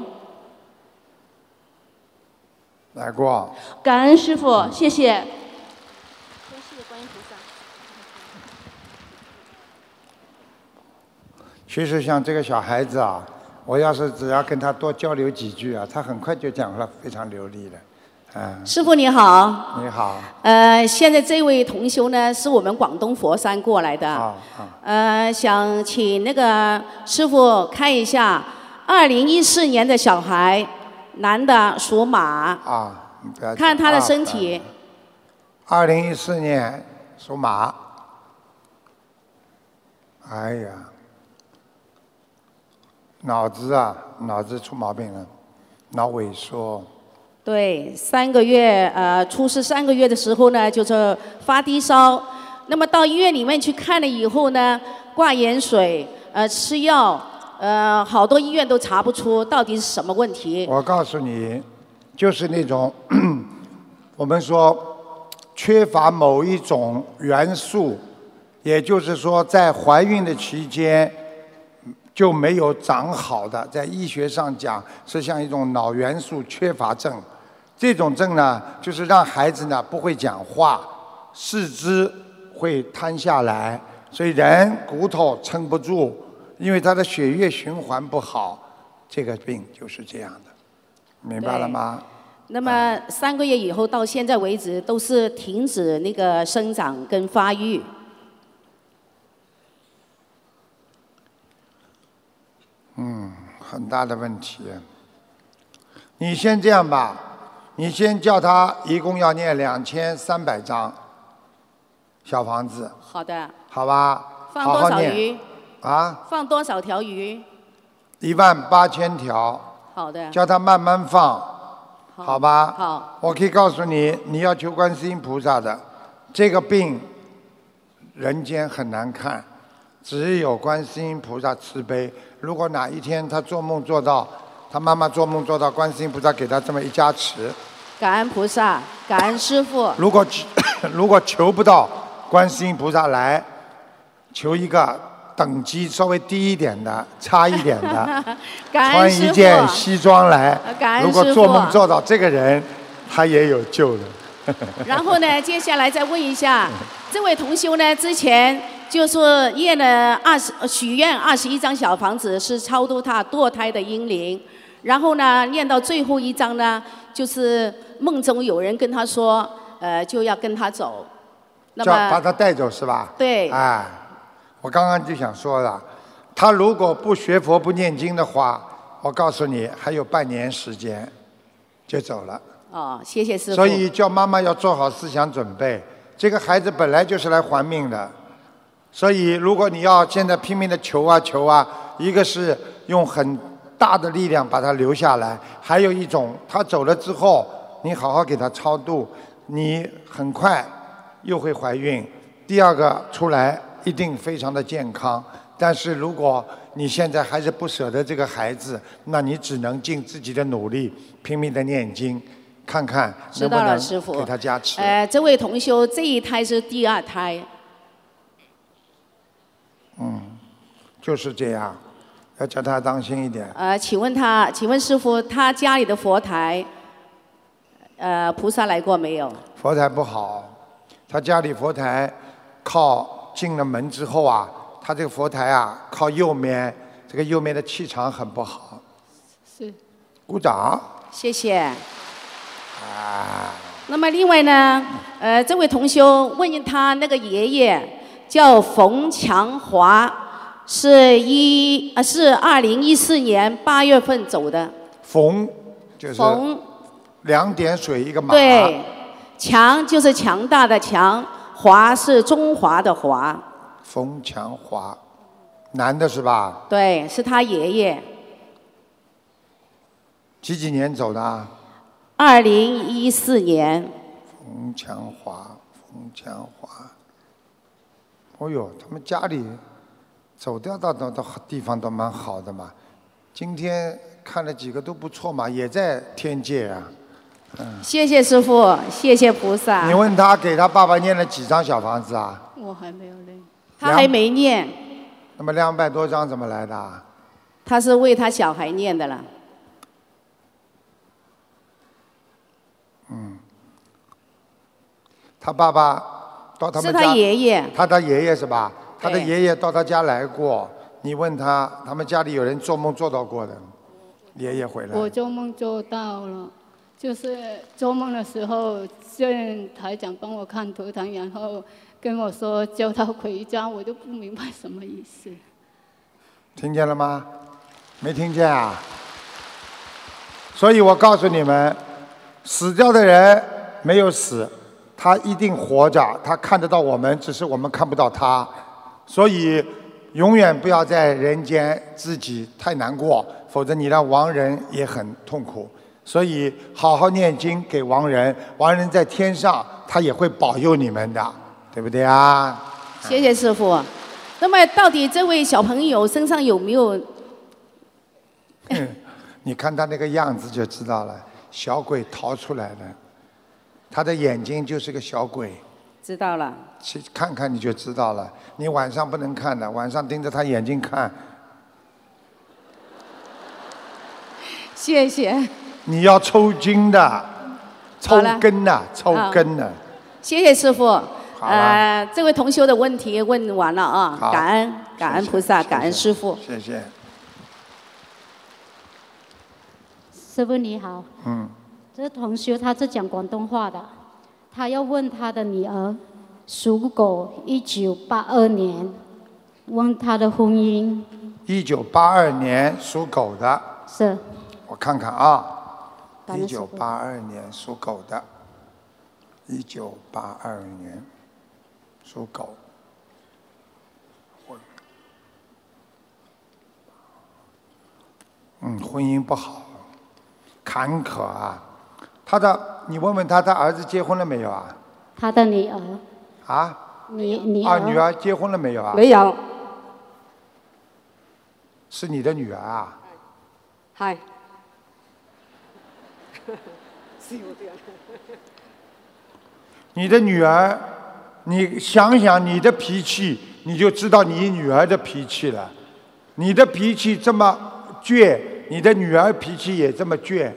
S5: 来过。
S10: 感恩师傅，谢谢。
S5: 其实像这个小孩子啊，我要是只要跟他多交流几句啊，他很快就讲了非常流利的，啊。
S11: 师傅你好，
S5: 你好，
S11: 呃，现在这位同修呢是我们广东佛山过来的，
S5: 啊
S11: 呃，想请那个师傅看一下，二零一四年的小孩，男的属马，
S5: 啊，你不要啊
S11: 看他的身体，
S5: 二零一四年属马。哎呀，脑子啊，脑子出毛病了，脑萎缩。
S11: 对，三个月，呃，出世三个月的时候呢，就是发低烧，那么到医院里面去看了以后呢，挂盐水，呃，吃药，呃，好多医院都查不出到底是什么问题，
S5: 我告诉你，就是那种我们说缺乏某一种元素，也就是说在怀孕的期间就没有长好的，在医学上讲是像一种脑元素缺乏症。这种症呢，就是让孩子呢不会讲话，四肢会瘫下来，所以人骨头撑不住，因为他的血液循环不好，这个病就是这样的，明白了吗？
S11: 那么三个月以后到现在为止都是停止那个生长跟发育。
S5: 嗯，很大的问题。你先这样吧，你先叫他一共要念两千三百张小房子，
S11: 好的，
S5: 好吧？
S11: 放
S5: 好
S11: 多
S5: 好
S11: 少
S5: 念
S11: 鱼？
S5: 啊，
S11: 放多少条鱼？
S5: 一万八千条，
S11: 好的，
S5: 叫他慢慢放，好吧？
S11: 好，
S5: 我可以告诉你，你要求观世音菩萨的这个病，人间很难看，只有观世音菩萨慈悲。如果哪一天他做梦做到，他妈妈做梦做到观世音菩萨给他这么一加持，
S11: 感恩菩萨，感恩师傅。
S5: 如果 <coughs> 如果求不到观世音菩萨来，求一个等级稍微低一点的、差一点的，
S11: <laughs> 感恩
S5: 穿
S11: 师
S5: 一
S11: 傅。
S5: 件西装来
S11: 呃感。恩
S5: 如果
S11: 师
S5: 做
S11: 父
S5: 梦做到这个人，他也有救的。 <laughs>
S11: 然后呢，接下来再问一下，
S5: 嗯
S11: 这位同修呢，之前就是念了二十许愿二十一张小房子，是超度他堕胎的婴灵。然后呢，念到最后一张呢，就是梦中有人跟他说，呃，就要跟他走。那
S5: 叫把
S11: 么，
S5: 他带走是吧？
S11: 对
S5: 哎，我刚刚就想说了，他如果不学佛不念经的话，我告诉你还有半年时间就走了。
S11: 哦，谢谢师傅。
S5: 所以叫妈妈要做好思想准备，这个孩子本来就是来还命的。所以如果你要现在拼命的求啊求啊，一个是用很大的力量把他留下来，还有一种他走了之后，你好好给他超度，你很快又会怀孕。第二个出来一定非常的健康，但是如果你现在还是不舍得这个孩子，那你只能尽自己的努力，拼命的念经，看看能
S11: 知
S5: 不
S11: 道了
S5: 能
S11: 师父
S5: 给他加持。
S11: 呃，这位同修这一胎是第二胎，
S5: 嗯，就是这样，要叫他当心一点。
S11: 呃，请问他，请问师傅，他家里的佛台，呃，菩萨来过没有？
S5: 佛台不好，他家里佛台靠进了门之后啊，他这个佛台啊靠右面，这个右面的气场很不好。
S11: 是，
S5: 鼓掌
S11: 谢谢。
S5: 啊！
S11: 那么另外呢，呃，这位同修问他那个爷爷叫冯强华，是一呃是二零一四年八月份走的，
S5: 冯就是
S11: 冯
S5: 两点水一个马，
S11: 对，强就是强大的强，华是中华的华，
S5: 冯强华，男的是吧？
S11: 对，是他爷爷，
S5: 几几年走的啊？
S11: 二零一四年，
S5: 冯强华，冯强华。哦呦，他们家里走掉到到到地方都蛮好的嘛。今天看了几个都不错嘛，也在天界啊。嗯，
S11: 谢谢师傅，谢谢菩萨。
S5: 你问他给他爸爸念了几张小房子啊？
S11: 我还没有嘞，
S5: 两
S11: 他还没念，
S5: 那么两百多张怎么来的啊？
S11: 他是为他小孩念的了。
S5: 嗯，他爸爸到他
S11: 是
S5: 们家，
S11: 他爷爷
S5: 他的爷爷是吧？他的
S11: 对
S5: 爷爷到他家来过，你问他，他们家里有人做梦做到过的，爷爷回来。
S12: 我做梦做到了，就是做梦的时候，郑台长帮我看图腾，然后跟我说叫他回家，我就不明白什么意思。
S5: 听见了吗？没听见啊？所以我告诉你们，死掉的人没有死，他一定活着，他看得到我们，只是我们看不到他。所以，永远不要在人间自己太难过，否则你让亡人也很痛苦。所以，好好念经给亡人，亡人在天上他也会保佑你们的，对不对啊？
S11: 谢谢师傅。那么，到底这位小朋友身上有没有？
S5: <clears throat> 你看他那个样子就知道了，小鬼逃出来了，他的眼睛就是个小鬼，
S11: 知道了，
S5: 去看看你就知道了。你晚上不能看的，晚上盯着他眼睛看，
S11: 谢谢，
S5: 你要抽筋的，抽
S11: 好了
S5: 根呐，抽根呐。
S11: 谢谢师傅。
S5: 好
S11: 呃，这位同修的问题问完了啊，
S5: 好
S11: 感恩感恩菩萨，感恩师傅。
S5: 谢谢，
S13: 师傅你好，
S5: 嗯，
S13: 这同学他是讲广东话的，他要问他的女儿，属狗，一九八二年，问他的婚姻
S5: 一九八二年属狗的，
S13: 是
S5: 我看看啊，
S13: 感
S5: 一
S13: 恩师
S5: 九
S13: 父
S5: 八二年属狗的，一九八二年属狗。嗯，婚姻不好，坎坷啊。他的，你问问他，他儿子结婚了没有啊？
S13: 他的女儿，
S5: 啊？
S13: 女女
S5: 啊，
S13: 儿
S5: 女儿结婚了没有啊？
S13: 没有。
S5: 是你的女儿啊？
S14: 係。
S5: 你的女儿，你想想你的脾气，你就知道你女儿的脾气了。你的脾气这么倔，你的女儿脾气也这么倔，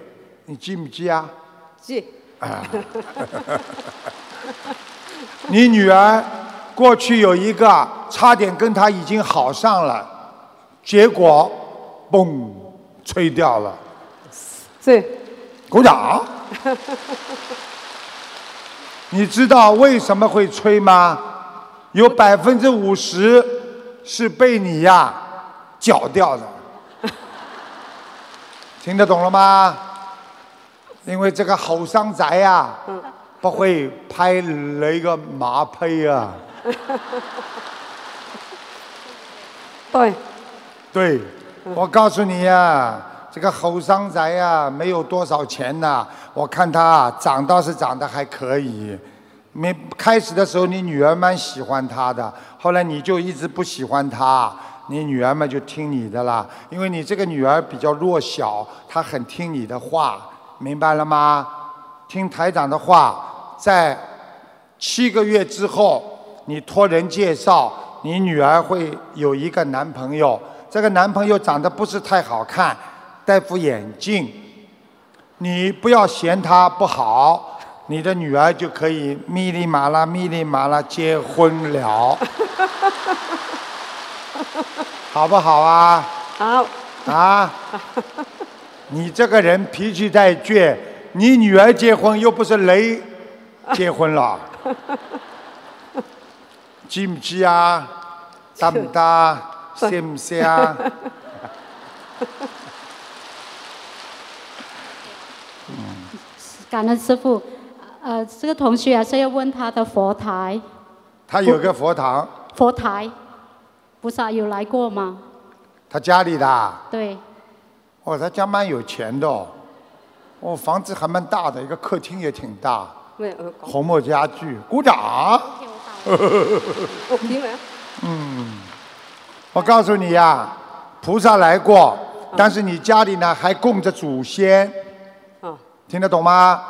S5: 你记不记啊？
S14: 知。
S5: 啊。 <laughs> 你女儿过去有一个差点跟她已经好上了，结果嘣吹掉了。
S14: 是。
S7: <laughs>
S5: 鼓掌。你知道为什么会吹吗？有百分之五十是被你呀、搅掉的。听得懂了吗？因为这个后生仔呀、不会拍那个马屁啊。
S14: 对。
S5: 对，我告诉你呀、这个后生仔呀、没有多少钱呐、我看他啊长倒是长得还可以。没开始的时候，你女儿蛮喜欢他的，后来你就一直不喜欢他，你女儿们就听你的啦，因为你这个女儿比较弱小，她很听你的话，明白了吗？听台长的话，在七个月之后，你托人介绍，你女儿会有一个男朋友，这个男朋友长得不是太好看，戴副眼镜，你不要嫌他不好，你的女儿就可以咪哩麻啦咪哩麻啦结婚了，好不好啊？
S14: 好。
S5: 啊！你这个人脾气太倔，你女儿结婚又不是雷结婚了，记不记啊？搭不搭？信不信啊？
S13: <laughs> 感恩师傅。呃，这个同学还是要问他的佛台，
S5: 他有个佛堂，
S13: 佛台，菩萨有来过吗？
S5: 他家里的啊。
S13: 对，
S5: 哦，他家蛮有钱的哦，哦，房子还蛮大的，一个客厅也挺大，
S14: 没有
S15: 哦
S14: 讲。
S5: 红木家具，鼓掌。
S14: 我听了。
S5: 嗯，我告诉你呀、菩萨来过，但是你家里呢还供着祖先，
S14: 哦
S5: 听得懂吗？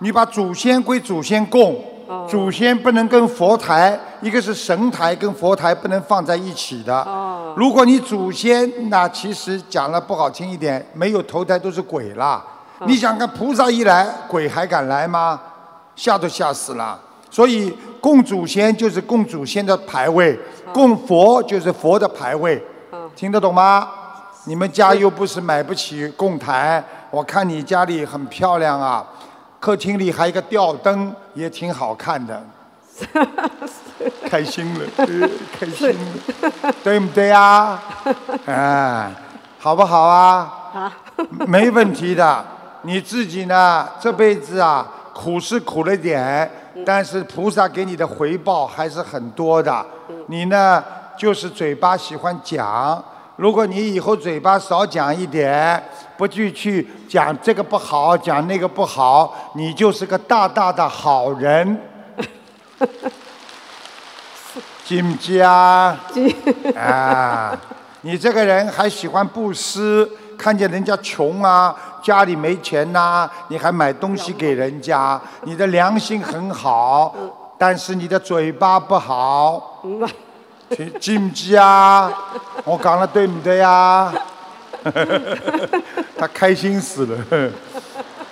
S5: 你把祖先归祖先供，
S14: 哦
S5: 祖先不能跟佛台，一个是神台跟佛台不能放在一起的。
S14: 哦
S5: 如果你祖先那其实讲了不好听一点，没有投胎都是鬼啦。你想看菩萨一来，鬼还敢来吗？吓都吓死了。所以供祖先就是供祖先的牌位，供佛就是佛的牌位，听得懂吗？你们家又不是买不起供台，我看你家里很漂亮啊，客厅里还有一个吊灯，也挺好看的，开心了，呃开心了，对不对啊？哎，好不好啊？
S14: 好，
S5: <laughs> 没问题的。你自己呢，这辈子啊，苦是苦了点，但是菩萨给你的回报还是很多的。你呢，就是嘴巴喜欢讲。如果你以后嘴巴少讲一点，不去去讲这个不好，讲那个不好，你就是个大大的好人。记不记啊？
S14: 记。
S5: 啊，你这个人还喜欢布施，看见人家穷啊，家里没钱呐、你还买东西给人家，你的良心很好，但是你的嘴巴不好，
S14: 明白。
S5: 记记不记啊？我讲的对不对啊？ <laughs> 他开心死了，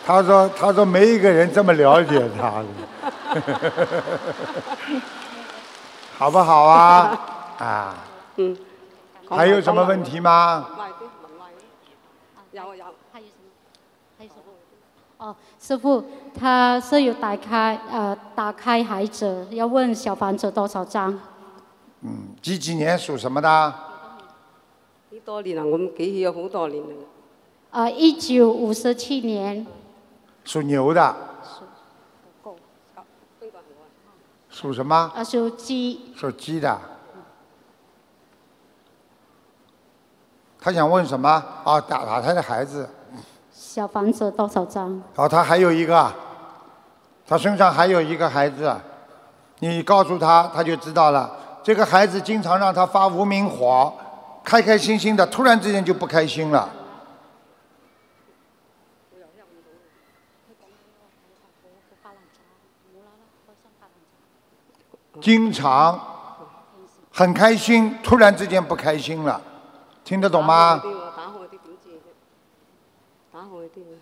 S5: 他说他说没一个人这么了解他的，好不好啊？啊。
S14: 嗯。
S5: 还有什么问题吗？
S14: 有有。还有什么？
S13: 哦，师傅，他是有打开呃打开孩子，要问小房子多少张？
S5: 嗯，几几年属什么的？
S14: 幾多年啦？我唔記起咗好多年啦。
S13: 呃，一九五十七年，
S5: 属牛的。属什么？
S13: 呃，属鸡，
S5: 属鸡的。他想问什么？啊，打打他的孩子。
S13: 小房子多少张？
S5: 哦，他还有一个，他身上还有一个孩子，啊你告诉他，他就知道了。这个孩子经常让他发无名火，开开心心的，突然之间就不开心了。经常很开心，突然之间不开心了，听得懂吗？
S14: 打開啲點知啫？打開啲啊！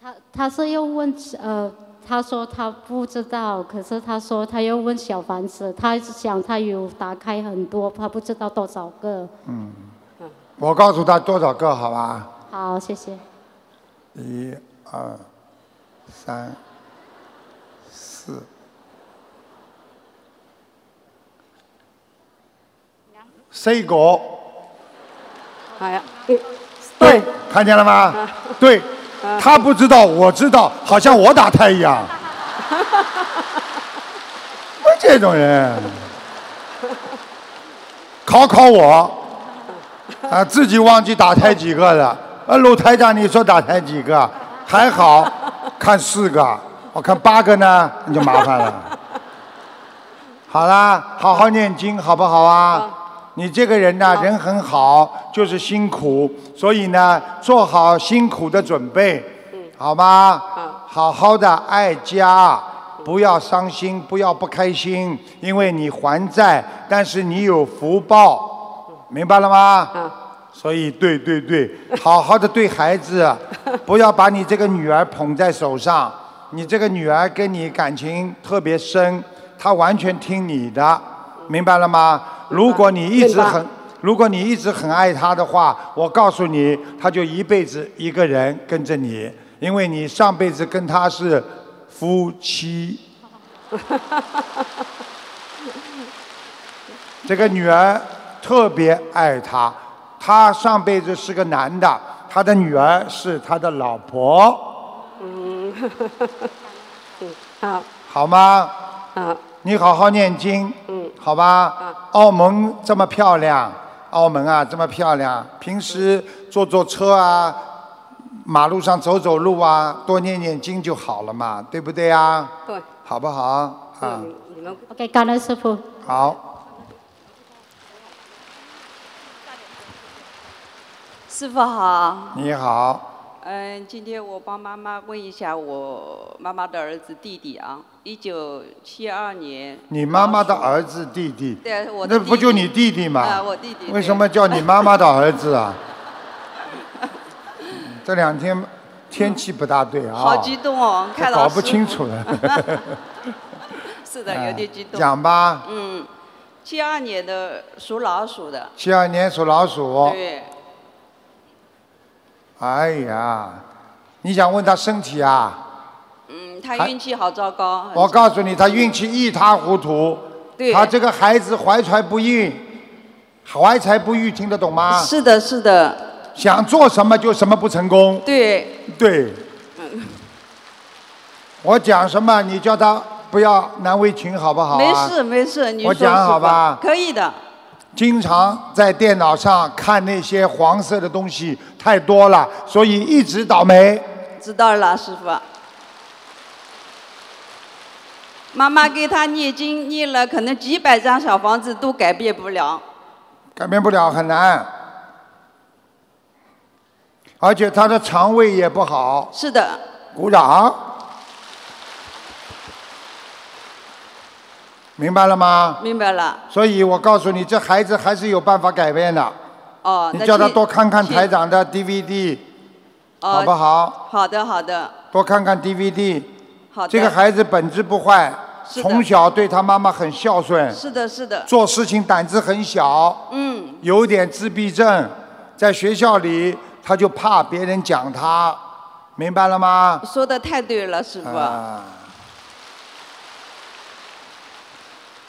S13: 他他是要问呃，他说他不知道，可是他说他要问小房子，他想他有打开很多，他不知道多少个。
S5: 嗯，我告诉他多少个好吧？
S13: 好，谢谢。
S5: 一、二、三、四，四个，
S14: 係啊，
S5: 嗯
S14: 對，
S5: 看见了吗？对，他不知道，我知道，好像我打胎一样。我这种人，考考我，啊，自己忘记打胎几个了。啊，鲁台长，你说打胎几个？还好，看四个，我看八个呢，你就麻烦了。好啦，好好念经，好不好啊？你这个人呢，人很好，就是辛苦，所以呢，做好辛苦的准备，好吗？嗯好好的爱家，不要伤心，不要不开心，因为你还债，但是你有福报，明白了吗？所以，对对对，好好的对孩子， <laughs> 不要把你这个女儿捧在手上。你这个女儿跟你感情特别深，她完全听你的，明白了吗？如果你一直很
S16: 明白，
S5: 如果你一直很爱她的话，我告诉你，她就一辈子一个人跟着你，因为你上辈子跟她是夫妻。这个女儿特别爱他，他上辈子是个男的，他的女儿是他的老婆，
S14: <laughs> 嗯， <laughs> 嗯，好，
S5: 好吗？
S14: 好，
S5: 你好好念经，
S14: 啊嗯，
S5: 好吧？澳门这么漂亮，澳门啊这么漂亮，平时坐坐车啊，马路上走走路啊，多念念经就好了嘛，对不对啊？
S14: 对，嗯
S5: 好不好？啊，
S14: 你们
S13: OK，感恩师傅。
S5: 好，
S14: 师傅好。
S5: 你好，
S14: 嗯，今天我帮妈妈问一下我妈妈的儿子弟弟啊，一九七二年。
S5: 你妈妈的儿子弟弟，
S14: 对，我的
S5: 那不就你弟弟吗？
S14: 啊，我弟弟。
S5: 为什么叫你妈妈的儿子
S14: <laughs>
S5: 啊？这两天天气不大对啊，
S14: 好激动哦，看到
S5: 搞不
S14: 师
S5: 清
S14: 傅
S5: 楚了。
S14: <laughs>
S5: <laughs>
S14: 是的，有点激动。
S5: 哎讲吧
S14: 嗯，七二年的属老鼠的。
S5: 七二年属老鼠，
S14: 对，
S5: 哎呀，你想问他身体啊？
S14: 嗯，
S5: 还
S14: 他运气好糟糕。
S5: 我告诉你，他运气一塌糊涂，
S14: 啊对
S5: 他这个孩子怀才不遇，怀才不遇，听得懂吗？
S14: 是的，是的。
S5: 想做什么就什么不成功，
S14: 对，
S5: 对。我讲什么，你叫他不要难为情，好不好、啊？
S14: 没事没事，你
S5: 我
S14: 说
S5: 讲
S14: 是
S5: 好吧
S14: 可以的，
S5: 经常在电脑上看那些黄色的东西太多了，所以一直倒霉。
S14: 知道了，师傅。妈妈给他念经，念了可能几百张小房子都改变不了。
S5: 改变不了，很难。而且他的肠胃也不好。
S14: 是的。
S5: 鼓掌。明白了吗？
S14: 明白了。
S5: 所以我告诉你，这孩子还是有办法改变的。
S14: 哦，
S5: 你
S14: 那
S5: 叫他
S14: 去
S5: 多看看
S14: 去
S5: 台长的 DVD，
S14: 哦
S5: 好不好？
S14: 好的，好的，
S5: 多看看 DVD。
S14: 好的。
S5: 这个孩子本质不坏，
S14: 是的
S5: 从小对他妈妈很孝顺，
S14: 是的，是的。
S5: 做事情胆子很小。
S14: 嗯，
S5: 有点自闭症，在学校里他就怕别人讲他，明白了吗？
S14: 说的太对了，师傅。
S5: 啊，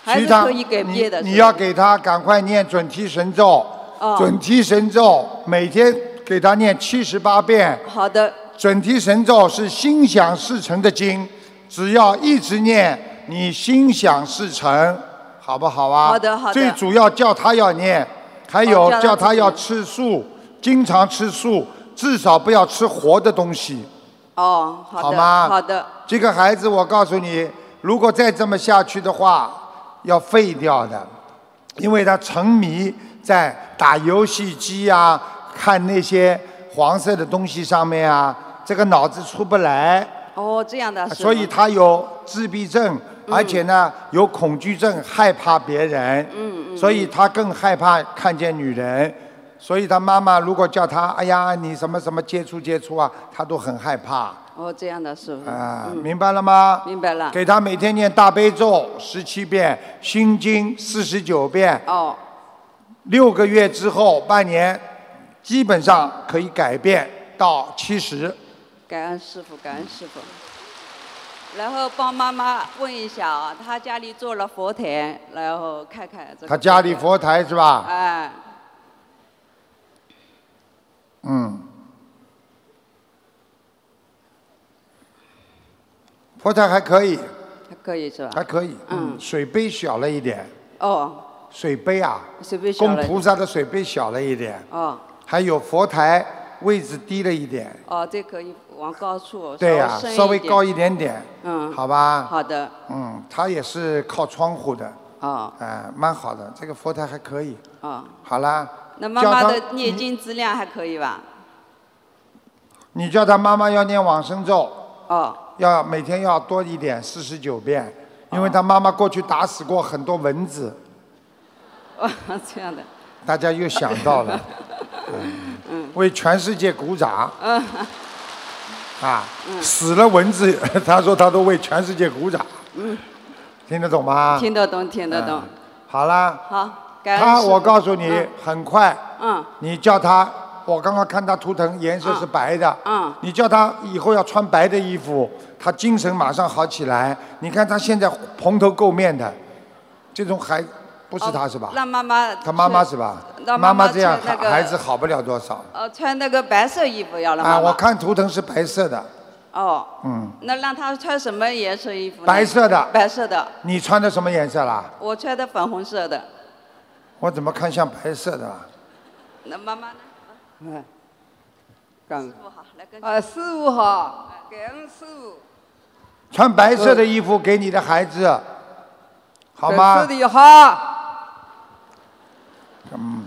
S14: 还是
S5: 他
S14: 可以改变的。
S5: 你
S14: 是
S5: 你
S14: 吧
S5: 要给他赶快念准提神咒，
S14: 哦
S5: 准提神咒每天给他念七十八遍。
S14: 好的。
S5: 准提神咒是心想事成的经，只要一直念，你心想事成，好不好啊？
S14: 好的好的
S5: 最主要叫他要念，还有
S14: 哦
S5: 叫
S14: 叫他
S5: 他
S14: 自己
S5: 要吃素，经常吃素，至少不要吃活的东西。
S14: 哦，好的，
S5: 好吗
S14: 好的，
S5: 这个孩子，我告诉你，如果再这么下去的话，要废掉的，因为他沉迷在打游戏机啊、看那些黄色的东西上面啊，这个脑子出不来，
S14: 哦，这样的，师傅
S5: 所以他有自闭症，而且呢有恐惧症，害怕别人，
S14: 嗯嗯
S5: 所以他更害怕看见女人。所以他妈妈如果叫他，哎呀，你什么什么接触接触啊，他都很害怕。
S14: 哦，这样的师傅，
S5: 啊，
S14: 嗯，
S5: 明白了吗？
S14: 明白了，
S5: 给他每天念大悲咒十七遍，心经四十九遍。
S14: 哦。
S5: 六个月之后，半年，基本上可以改变到七十。
S14: 感恩师傅，感恩师傅。然后帮妈妈问一下啊，她家里做了佛台，然后看看这个。
S5: 他家里佛台是吧？
S14: 哎，
S5: 嗯。佛台还可以，
S14: 还可以是吧？
S5: 还可以。嗯，水杯小了一点，
S14: 哦，
S5: 水杯啊，
S14: 随便小
S5: 供
S14: 了一点。
S5: 菩萨的水杯小了一点，
S14: 哦
S5: 还有佛台位置低了一点。
S14: 哦，这可以往高处。
S5: 对呀、
S14: 深
S5: 稍微高一
S14: 点。
S5: 点点，
S14: 嗯，
S5: 好吧？
S14: 好的，
S5: 嗯，它也是靠窗户的，啊，哎，蛮好的，这个佛台还可以。
S14: 哦，
S5: 好啦，
S14: 那妈妈
S5: 教嗯
S14: 的
S5: 她
S14: 念经质量还可以吧？
S5: 你叫他妈妈要念往生咒，
S14: 哦，
S5: 要每天要多一点，四十九遍，因为他妈妈过去打死过很多蚊子，
S14: 哦，这样的，
S5: 大家又想到
S14: <laughs>
S5: 了，嗯，为全世界鼓掌
S14: 嗯，
S5: 啊！死了蚊子， <laughs> 他说他都为全世界鼓掌，
S14: 嗯，
S5: 听得懂吗？
S14: 听得懂，听得懂。
S5: 嗯好啦，
S14: 好，感恩
S5: 他
S14: 师父
S5: 我告诉你
S14: 嗯，
S5: 很快，
S14: 嗯
S5: 你叫他，我刚刚看他图腾颜色是白的，
S14: 嗯
S5: 你叫他以后要穿白的衣服，他精神马上好起来。你看他现在蓬头垢面的，这种还不是他是吧？
S14: 哦让妈妈，
S5: 他妈妈是？吧？
S14: 让
S5: 妈
S14: 妈妈
S5: 这样，
S14: 穿
S5: 孩
S14: 那个
S5: 孩子好不了多少。
S14: 呃，穿那个白色衣服要了
S5: 啊，
S14: 妈妈
S5: 我看图腾是白色的，
S14: 哦，
S5: 嗯，
S14: 那让她穿什么颜色衣服呢？
S5: 白色的
S14: 白色的，
S5: 你穿的什么颜色啦？
S14: 我穿的粉红色的。
S5: 我怎么看像白色的啊？
S14: 那妈妈呢？
S16: 嗯，
S14: 师傅好，来跟
S16: 啊，师傅好，感恩师傅，
S5: 穿白色的衣服给你的孩子，好
S16: 感
S5: 吗
S16: 恩师？傅好，
S5: 嗯，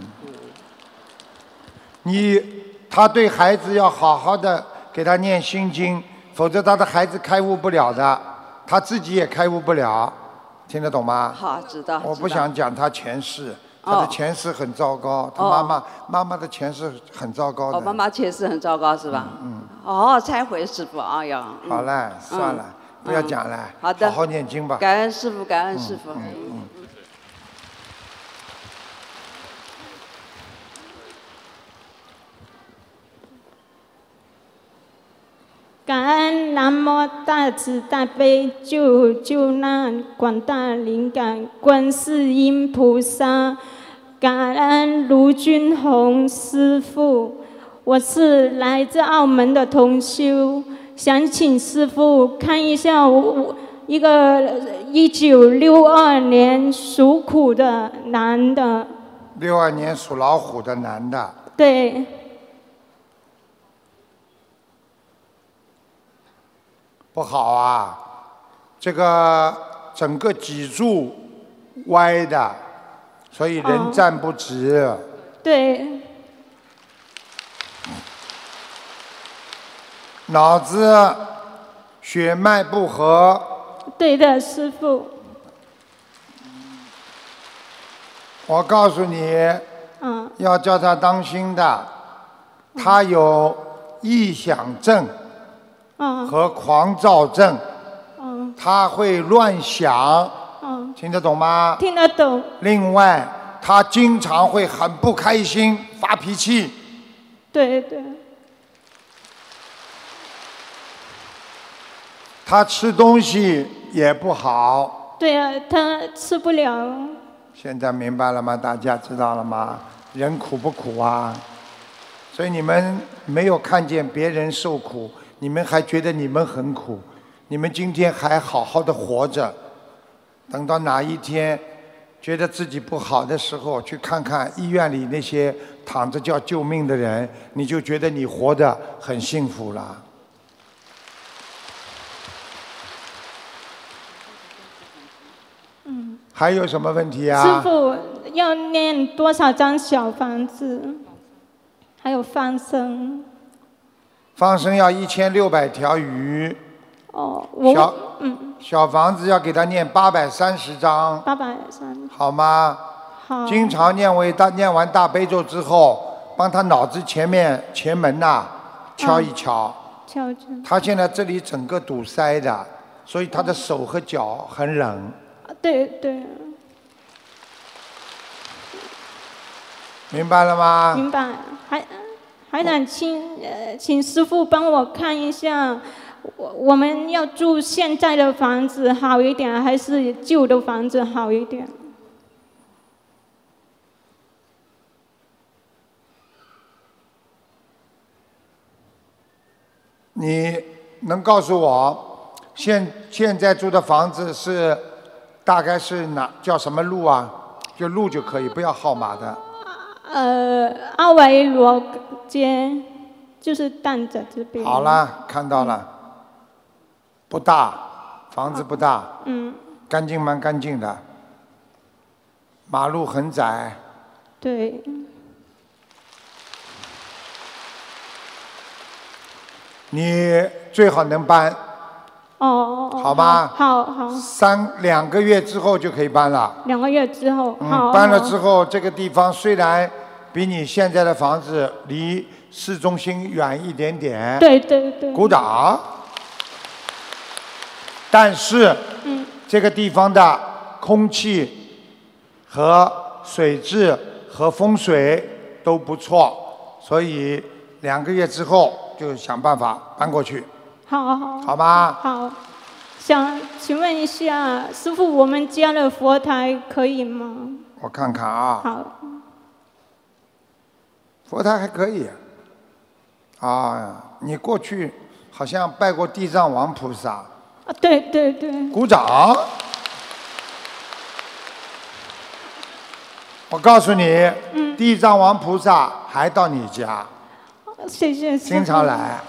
S5: 你他对孩子要好好的给他念心经，否则他的孩子开悟不了的，他自己也开悟不了，听得懂吗？
S14: 好，知道。
S5: 我不
S14: 知道
S5: 想讲他前世，他
S14: 哦
S5: 的前世很糟糕，他
S14: 哦
S5: 妈妈妈妈的前世很糟糕
S14: 哦，妈
S5: 的。
S14: 妈确实很糟糕，是吧？嗯。哦，忏悔师傅，哎呀。嗯
S5: 好了，算了，不要讲了，
S14: 好的
S5: 好好念经吧。嗯
S14: 感恩师傅，感恩师傅。
S17: 感恩南无大慈大悲救救难广大灵感观世音菩萨，感恩卢军红师傅。我是来自澳门的同修，想请师傅看一下我一个一九六二年属虎的男的，
S5: 六二年属老虎的男的，
S17: 对，
S5: 不好啊，这个整个脊柱歪的，所以人
S17: 哦
S5: 站不直。
S17: 对，
S5: 脑子血脉不和，
S17: 对的，师傅，
S5: 我告诉你，
S17: 嗯，
S5: 要叫他当心的，他有臆想症
S17: 嗯，
S5: 和狂躁症，
S17: 嗯，
S5: 他会乱想，
S17: 嗯，
S5: 听得懂吗？
S17: 听得懂，
S5: 另外，他经常会很不开心，发脾气，
S17: 对对，
S5: 他吃东西也不好。
S17: 对啊，他吃不了，
S5: 现在明白了吗？大家知道了吗？人苦不苦啊？所以你们没有看见别人受苦，你们还觉得你们很苦，你们今天还好好的活着，等到哪一天觉得自己不好的时候，去看看医院里那些躺着叫救命的人，你就觉得你活得很幸福了。
S17: 嗯，
S5: 还有什么问题啊？
S17: 师傅要念多少张小房子？还有放生
S5: 放生要一千六百条鱼，
S17: 哦，
S5: 小
S17: 我嗯，
S5: 小房子要给他念八百三十章，
S17: 八百三，
S5: 好吗？
S17: 好，
S5: 经常念为大念完大悲咒之后，帮他脑子前面前门呐、敲一敲。
S17: 敲着，
S5: 他现在这里整个堵塞的，所以他的手和脚很冷，
S17: 对对，
S5: 明白了吗？
S17: 明白。还还想请呃，请师傅帮我看一下，我我们要住现在的房子好一点，还是旧的房子好一点？
S5: 你能告诉我，现现在住的房子是大概是哪叫什么路啊？就路就可以，不要号码的。
S17: 呃，阿维罗街就是蛋仔这边。
S5: 好，啦，看到了，不大，房子不大，
S17: 嗯，
S5: 干净蛮干净的，马路很窄，
S17: 对，
S5: 你最好能搬，
S17: 哦，
S5: 好吧
S17: 好好，
S5: 三两个月之后就可以搬了。
S17: 两个月之后，好，
S5: 嗯，搬了
S17: 好
S5: 之，后，这个地方虽然比你现在的房子离市中心远一点点，
S17: 对，对对，
S5: 哎鼓掌，但是
S17: 嗯，
S5: 这个地方的空气和水质和风水都不错，所以两个月之后就想办法搬过去，
S17: 好好
S5: 好吧？
S17: 好，想请问一下，师傅，我们家的佛台可以吗？
S5: 我看看啊，
S17: 好，
S5: 佛台还可以。啊，你过去好像拜过地藏王菩萨，
S17: 啊，对对对，
S5: 鼓掌。我告诉你，地藏王菩萨还到你家，
S17: 谢谢师傅，
S5: 经常来，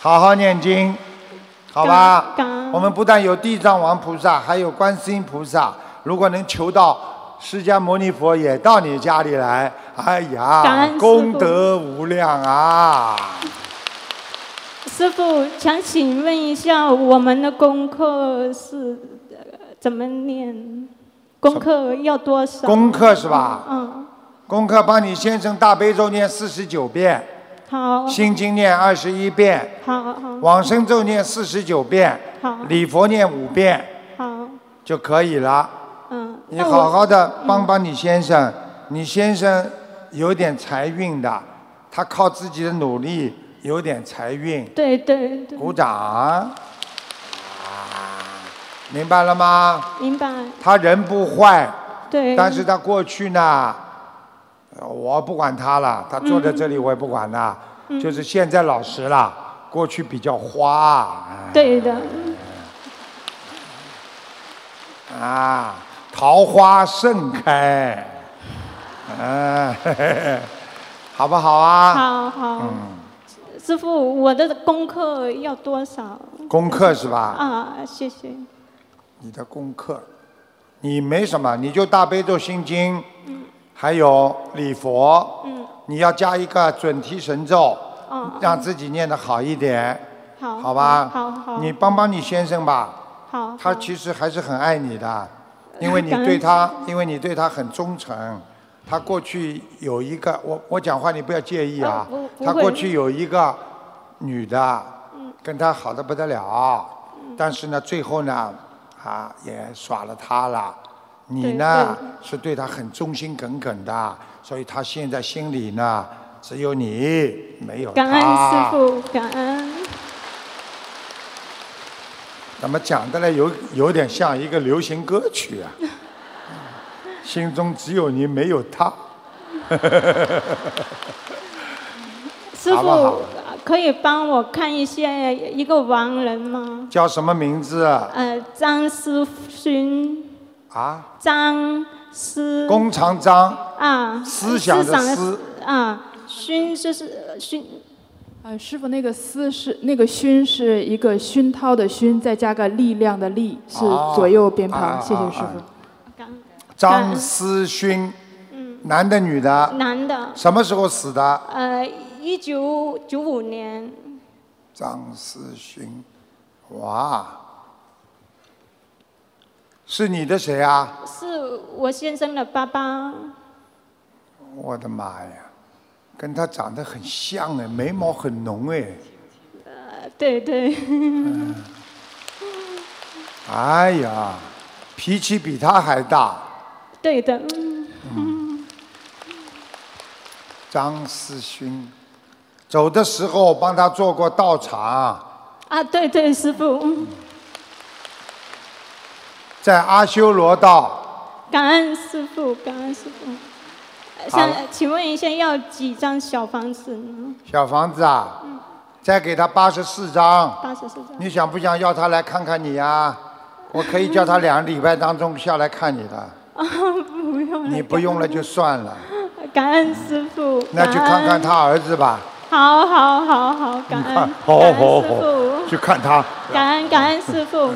S5: 好好念经，好吧？我们不但有地藏王菩萨，还有观世音菩萨。如果能求到释迦牟尼佛也到你家里来，哎
S17: 感
S5: 呀
S17: 恩，师父
S5: 功德无量啊！
S17: 师傅，想请问一下，我们的功课是呃怎么念？功课要多少？
S5: 功课是吧？
S17: 嗯，
S5: 功课帮你先生大悲咒念四十九遍，
S17: 好，
S5: 心经念二十一遍，
S17: 好好
S5: 往生咒念四十九遍，
S17: 好
S5: 礼佛念五遍
S17: 好，
S5: 就可以了。
S17: 嗯，
S5: 你
S17: 那我
S5: 好好的帮帮你先生，你先生有点财运的，他靠自己的努力有点财运。
S17: 对对对，
S5: 鼓掌。啊明白了吗？
S17: 明白，
S5: 他人不坏，
S17: 对，
S5: 但是他过去呢，呃我不管他了，他坐在这里我也不管了，
S17: 嗯
S5: 就是现在老实了，过去比较花
S17: 对的，
S5: 啊，桃花盛开，嗯、嘿嘿嘿好不好啊？
S17: 好
S5: 嗯
S17: 好。师傅，我的功课要多少？
S5: 功课是吧？
S17: 啊，谢谢。
S5: 你的功课，你没什么，你就大悲咒心经，还有礼佛，
S17: 嗯，
S5: 你要加一个准提神咒，
S7: 哦
S17: 啊，
S5: 让自己念得好一点，
S17: 好，
S5: 好吧？
S17: 好好，
S5: 你帮帮你先生吧，
S17: 哦好，
S5: 他
S17: 好
S5: 其实还是很爱
S17: <laughs>
S5: 你的，因为你
S17: 感恩
S5: 对他，因为你对他很忠诚。他过去有一个，我我讲话你不要介意啊
S17: 哦不。不
S5: 他
S17: 会嗯
S5: 过去有一个女的，跟他好的不得了，但是呢，最后呢，啊也耍了他了。你
S17: 对
S5: 呢是对他很忠心耿耿的，所以他现在心里呢只有你，没有他。
S17: 感恩师傅，感恩。
S5: 怎么讲的呢？有有点像一个流行歌曲
S8: <laughs>
S5: 啊，心中只有你没有
S8: <laughs>
S5: 他。
S17: 师
S5: 好
S17: 傅
S5: 不好
S17: 可以帮我看一下一个亡人吗？
S5: 叫什么名字
S17: 呃，张思勋，
S5: 啊？
S17: 张思
S5: 弓长张，
S17: 啊，
S5: 思想的思
S17: 啊，勋就是勋，
S8: 呃，师傅，那个“思”是那个“熏”是一个熏陶的“熏”，再加个力量的“力”，是
S5: 哦
S8: 左右边
S5: 啊
S8: 旁。
S5: 啊
S8: 谢谢
S5: 啊
S8: 师傅。
S5: 张思勋，
S8: 嗯
S5: 男的女的？
S17: 男的，
S5: 什么时候死的？
S17: 呃，一九九五年，
S5: 张思勋，哇，是你的谁啊？
S17: 是我先生的爸爸，
S5: 我的妈呀，跟他长得很像哎，眉毛很浓哎，
S17: 呃对对，
S5: 嗯哎呀，脾气比他还大。
S17: <laughs>
S5: 嗯
S17: 对的，
S5: 张思勋，走的时候帮他做过道场，
S17: 啊，对对，师傅，
S5: 在阿修罗道
S17: 感恩师傅，感恩师傅。呃
S5: 好
S17: 想请问一下，要几张小房子呢？
S5: 小房子啊，再给他八十四张，
S17: 八十四张。 <laughs>
S5: 你想不想要他来看看你呀、我可以叫他两个礼拜当中下来看你的，
S17: 啊，不用了。
S5: 你不用了就算了，
S17: 感恩师傅。
S5: 那去看看
S17: 感恩。
S5: 他儿子吧，
S17: 好好好好，感恩。
S5: 看，好好
S17: 感恩
S5: 好，
S17: 师
S5: 去看他。 <laughs>
S17: 傅。感恩感恩师傅。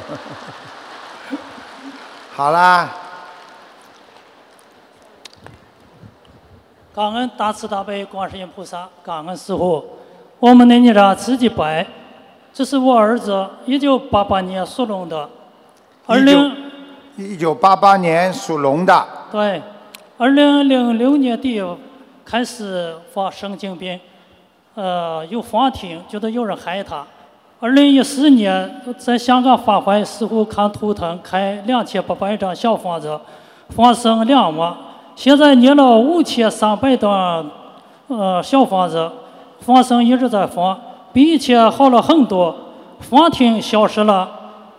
S5: 好啦，
S18: 感恩大慈大悲观世音菩萨，感恩师父。我们的女儿慈济白，这是我儿子一九八八年属龙的，二零
S5: 一九八八年属龙的，
S18: 对，二零零六年底开始发神经病，呃，有幻听，觉得有人害他。二零一四年在香港发怀似乎看图腾，开两千八百张小房子，放生两万，现在念了五千三百张呃小房子，放生一直在放，比以前好了很多，幻听消失了。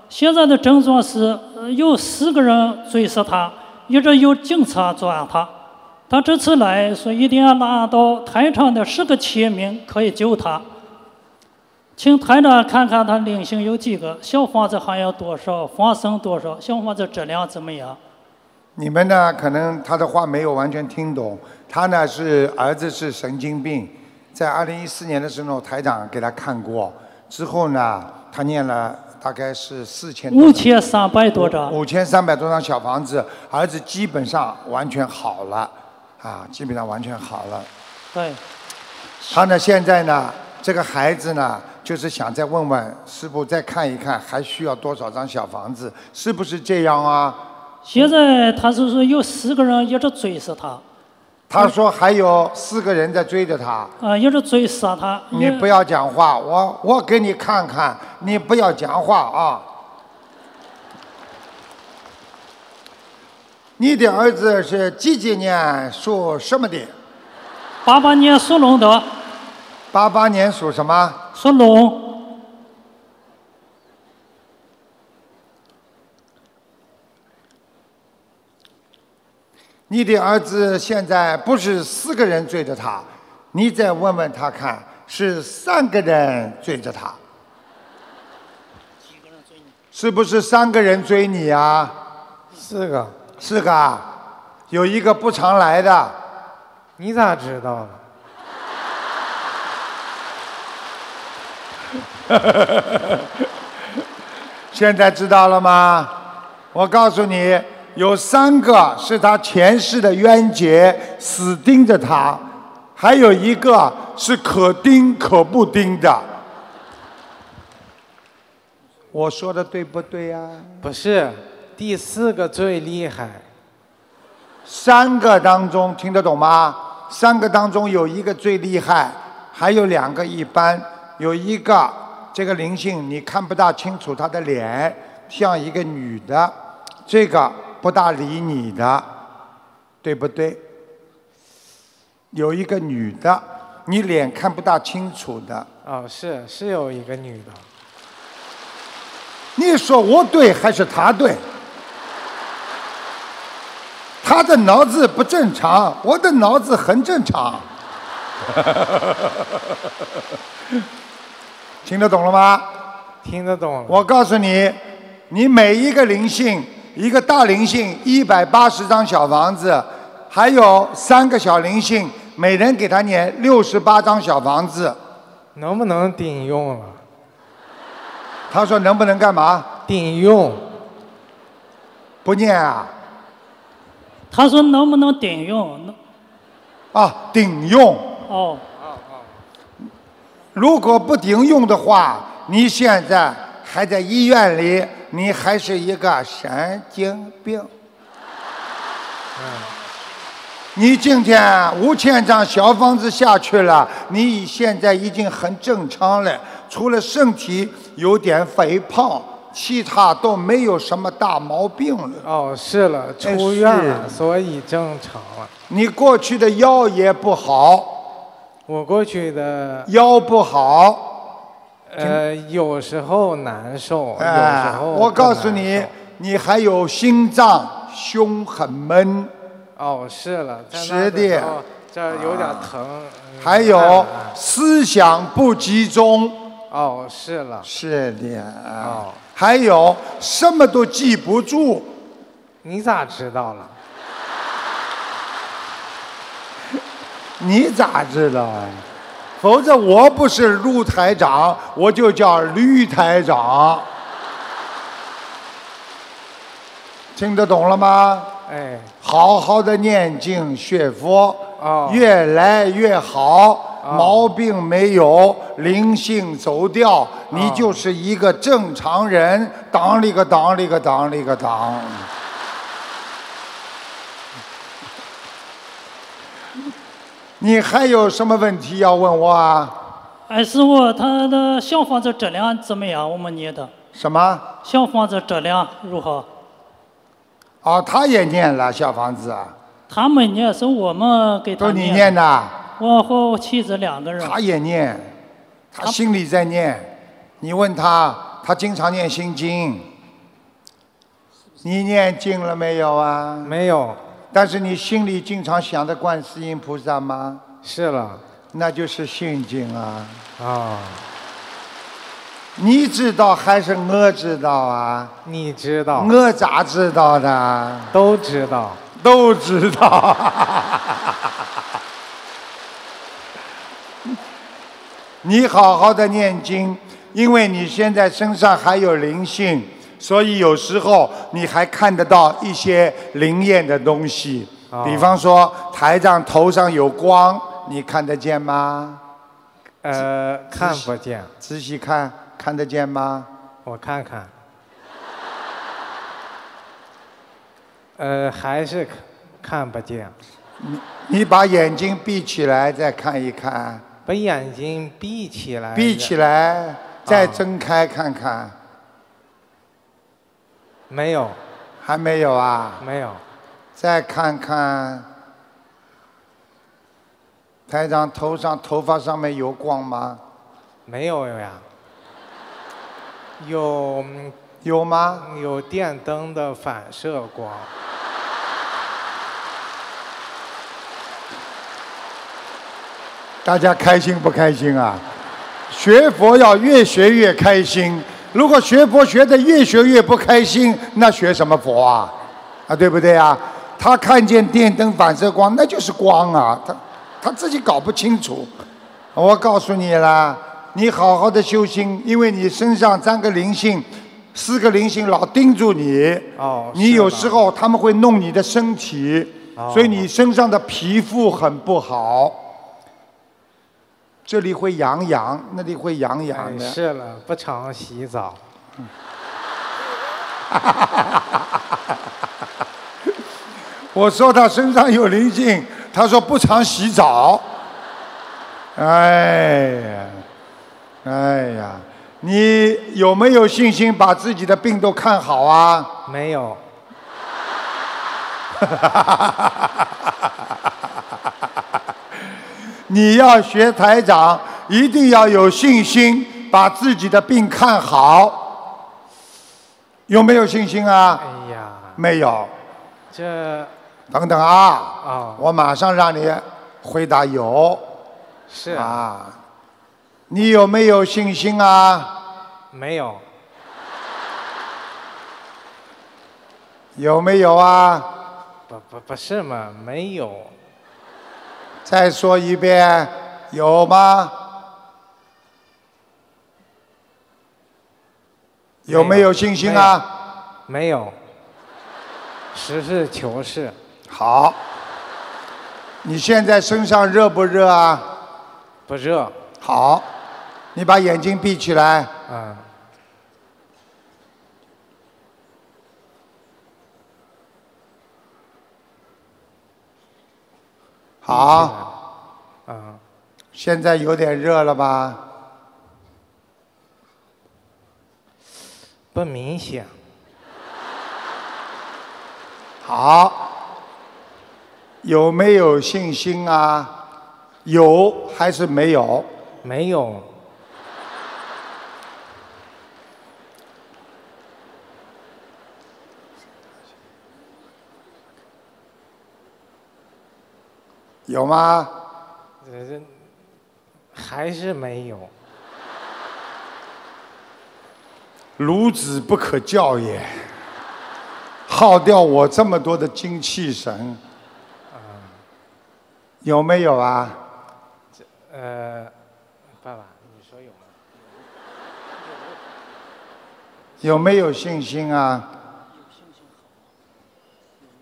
S18: 现在的症状是呃有四个人追杀他，一直有警察抓他。他这次来说一定要拿到台长的十个签名可以救他，请台长看看他灵性有几个，小房子还要多少，放生多少，小房子质量怎么样？
S5: 你们呢？可能他的话没有完全听懂。他呢是儿子是神经病，在二零一四年的时候，台长给他看过，之后呢，他念了大概是四千
S18: 五千三百多张，
S5: 五千三百多张小房子，儿子基本上完全好了，啊，基本上完全好了。
S18: 对，
S5: 他呢，现在呢，这个孩子呢，就是想再问问师傅，再看一看还需要多少张小房子，是不是这样啊？
S18: 现在他是说有四个人一直追杀他，
S5: 他说还有四个人在追着他。
S18: 啊，一直追杀他。
S5: 你不要讲话，我我给你看看，你不要讲话啊。你的儿子是几几年属什么的？
S18: 八八年属龙的。
S5: 八八年属什么？
S18: 属龙。
S5: 你的儿子现在不是四个人追着他，你再问问他看，是三个人追着他。是不是三个人追你啊？
S19: 四个，
S5: 四个啊，有一个不常来的。
S19: 你咋知道
S5: 的？ <laughs> 现在知道了吗？我告诉你，有三个是他前世的冤结，死盯着他；还有一个是可盯可不盯的。我说的对不对呀、
S19: 不是，第四个最厉害，
S5: 三个当中听得懂吗？三个当中有一个最厉害，还有两个一般，有一个这个灵性你看不大清楚她的脸，像一个女的，这个不大理你的，对不对？有一个女的，你脸看不大清楚的，
S19: 哦，是是有一个女的，
S5: 你说我对还是他对？他的脑子不正常，我的脑子很正常，听得懂了吗？
S19: 听得懂了。
S5: 我告诉你，你每一个灵性，一个大灵性一百八十张小房子，还有三个小灵性，每人给他念六十八张小房子。
S19: 能不能顶用啊了？
S5: 他说能不能干嘛？
S19: 顶用。
S5: 不念啊？
S18: 他说能不能顶用？能
S5: 啊，顶用。
S18: 哦，
S5: 如果不顶用的话，你现在还在医院里，你还是一个神经病。你今天五千张小房子下去了，你现在已经很正常了，除了身体有点肥胖，其他都没有什么大毛病了。
S19: 哦，是了，
S5: 哎
S19: 出院了，所以正常了。
S5: 你过去的腰也不好，
S19: 我过去的
S5: 腰不好，
S19: 呃，有时候难受，有
S5: 哎
S19: 时，候
S5: 我
S19: 不
S5: 告诉
S19: 难
S5: 你，你还有心脏，胸很闷，
S19: 哦，是了，在那
S5: 是
S19: 时
S5: 的
S19: 候，这儿有点疼。嗯
S5: 啊还有思想不集中。
S19: 哦，是了，哦
S5: 是的啊，还有什么都记不住。
S19: 你咋知道了？
S5: 你咋知道啊？否则我不是陆台长，我就叫吕台长。听得懂了吗？
S19: 哎，
S5: 好好的念经学佛，越来越好，毛病没有，灵性走掉，你就是一个正常人。当里个当里个当里个当。你还有什么问题要问我啊？
S18: 哎，师傅，他的消防子质量怎么样？我们念的
S5: 什么？
S18: 消防子质量如何？
S5: 哦，他也念了小房子啊，
S18: 他们念是我们给他
S5: 都你念的，
S18: 我和我妻子两个人。
S5: 他也念，他心里在念。你问他，他经常念心经。你念经了没有啊？
S19: 没有。
S5: 但是你心里经常想着观世音菩萨吗？
S19: 是了。
S5: 那就是心经啊。
S19: 啊，
S5: 你知道还是我知道啊？
S19: 你知道，
S5: 我咋知道的？
S19: 都知道，
S5: 都知道。 <laughs> 你好好的念经，因为你现在身上还有灵性，所以有时候你还看得到一些灵验的东西。
S19: 哦
S5: 比方说，台上头上有光，你看得见吗？
S19: 呃，看不见，
S5: 仔细看，看得见吗？
S19: 我看看，呃，还是看看不见，
S5: 你把眼睛闭起来，再看一看，
S19: 把眼睛闭起来，
S5: 闭起，来，再睁开看看，
S19: 没有，
S5: 还没有啊？
S19: 没有，
S5: 再看看，台长头上头发上面有光吗？
S19: 没有呀，有
S5: 有吗？
S19: 有电灯的反射光，
S5: 大家开心不开心啊？学佛要越学越开心，如果学佛学的越学越不开心，那学什么佛啊？啊，对不对啊？他看见电灯反射光，那就是光啊，他他自己搞不清楚。我告诉你啦，你好好的修心，因为你身上三个灵性、四个灵性老盯住你，
S19: 哦，
S5: 你
S19: 是
S5: 有
S19: 吗
S5: 时候他们会弄你的身体，
S19: 哦
S5: 所以你身上的皮肤很不好，这里会痒痒，那里会痒痒
S19: 哎
S5: 的。
S19: 是了，不常洗澡，
S5: <laughs> 我说他身上有灵性，他说不常洗澡。哎呀，哎呀，你有没有信心把自己的病都看好啊？
S19: 没
S5: <laughs>
S19: 有，
S5: 你要学台长，一定要有信心把自己的病看好。有没有信心啊？
S19: 哎呀，
S5: 没有。
S19: 这
S5: 等等啊，
S19: 啊
S5: 我马上让你回答有。
S19: 是
S5: 啊，你有没有信心啊？
S19: 没有，
S5: 有没有啊？
S19: 不不不是嘛，没有，
S5: 再说一遍，有吗？有没有信心啊？
S19: 没有，实事求是，
S5: 好，你现在身上热不热啊？
S19: 不热，
S5: 好，你把眼睛闭起来，
S19: 嗯，
S5: 好，
S19: 嗯，
S5: 现在有点热了吧？
S19: 不明显，
S5: 好，有没有信心啊？有还是没有？
S19: 没有，
S5: 有吗？
S19: 这这呃还是没有，
S5: 孺子不可教也，耗掉我这么多的精气神，有没有啊？
S19: 呃，爸爸，你说有吗？
S5: 有没有信心啊？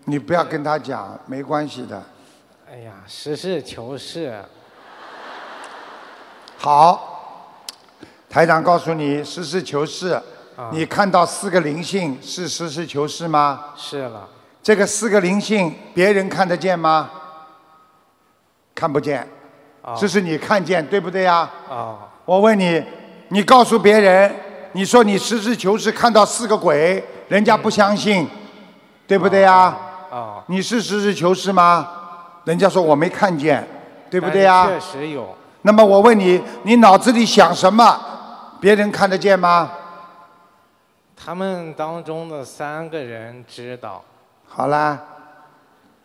S5: 你不要跟他讲，没关系的。
S19: 哎呀，实事求是。
S5: 好，台长告诉你，实事求是。
S19: 啊
S5: 你看到四个灵性是实事求是吗？
S19: 是了。
S5: 这个四个灵性，别人看得见吗？看不见，
S19: 啊
S5: 这是你看见，对不对呀、
S19: 啊，
S5: 我问你，你告诉别人，你说你实事求是看到四个鬼，人家不相信，对不对呀、
S19: 啊，
S5: 你是实事求是吗？人家说我没看见，对不对啊呀、
S19: 但是哎确实有，
S5: 那么我问你，你脑子里想什么，别人看得见吗？
S19: 他们当中的三个人知道。
S5: 好啦，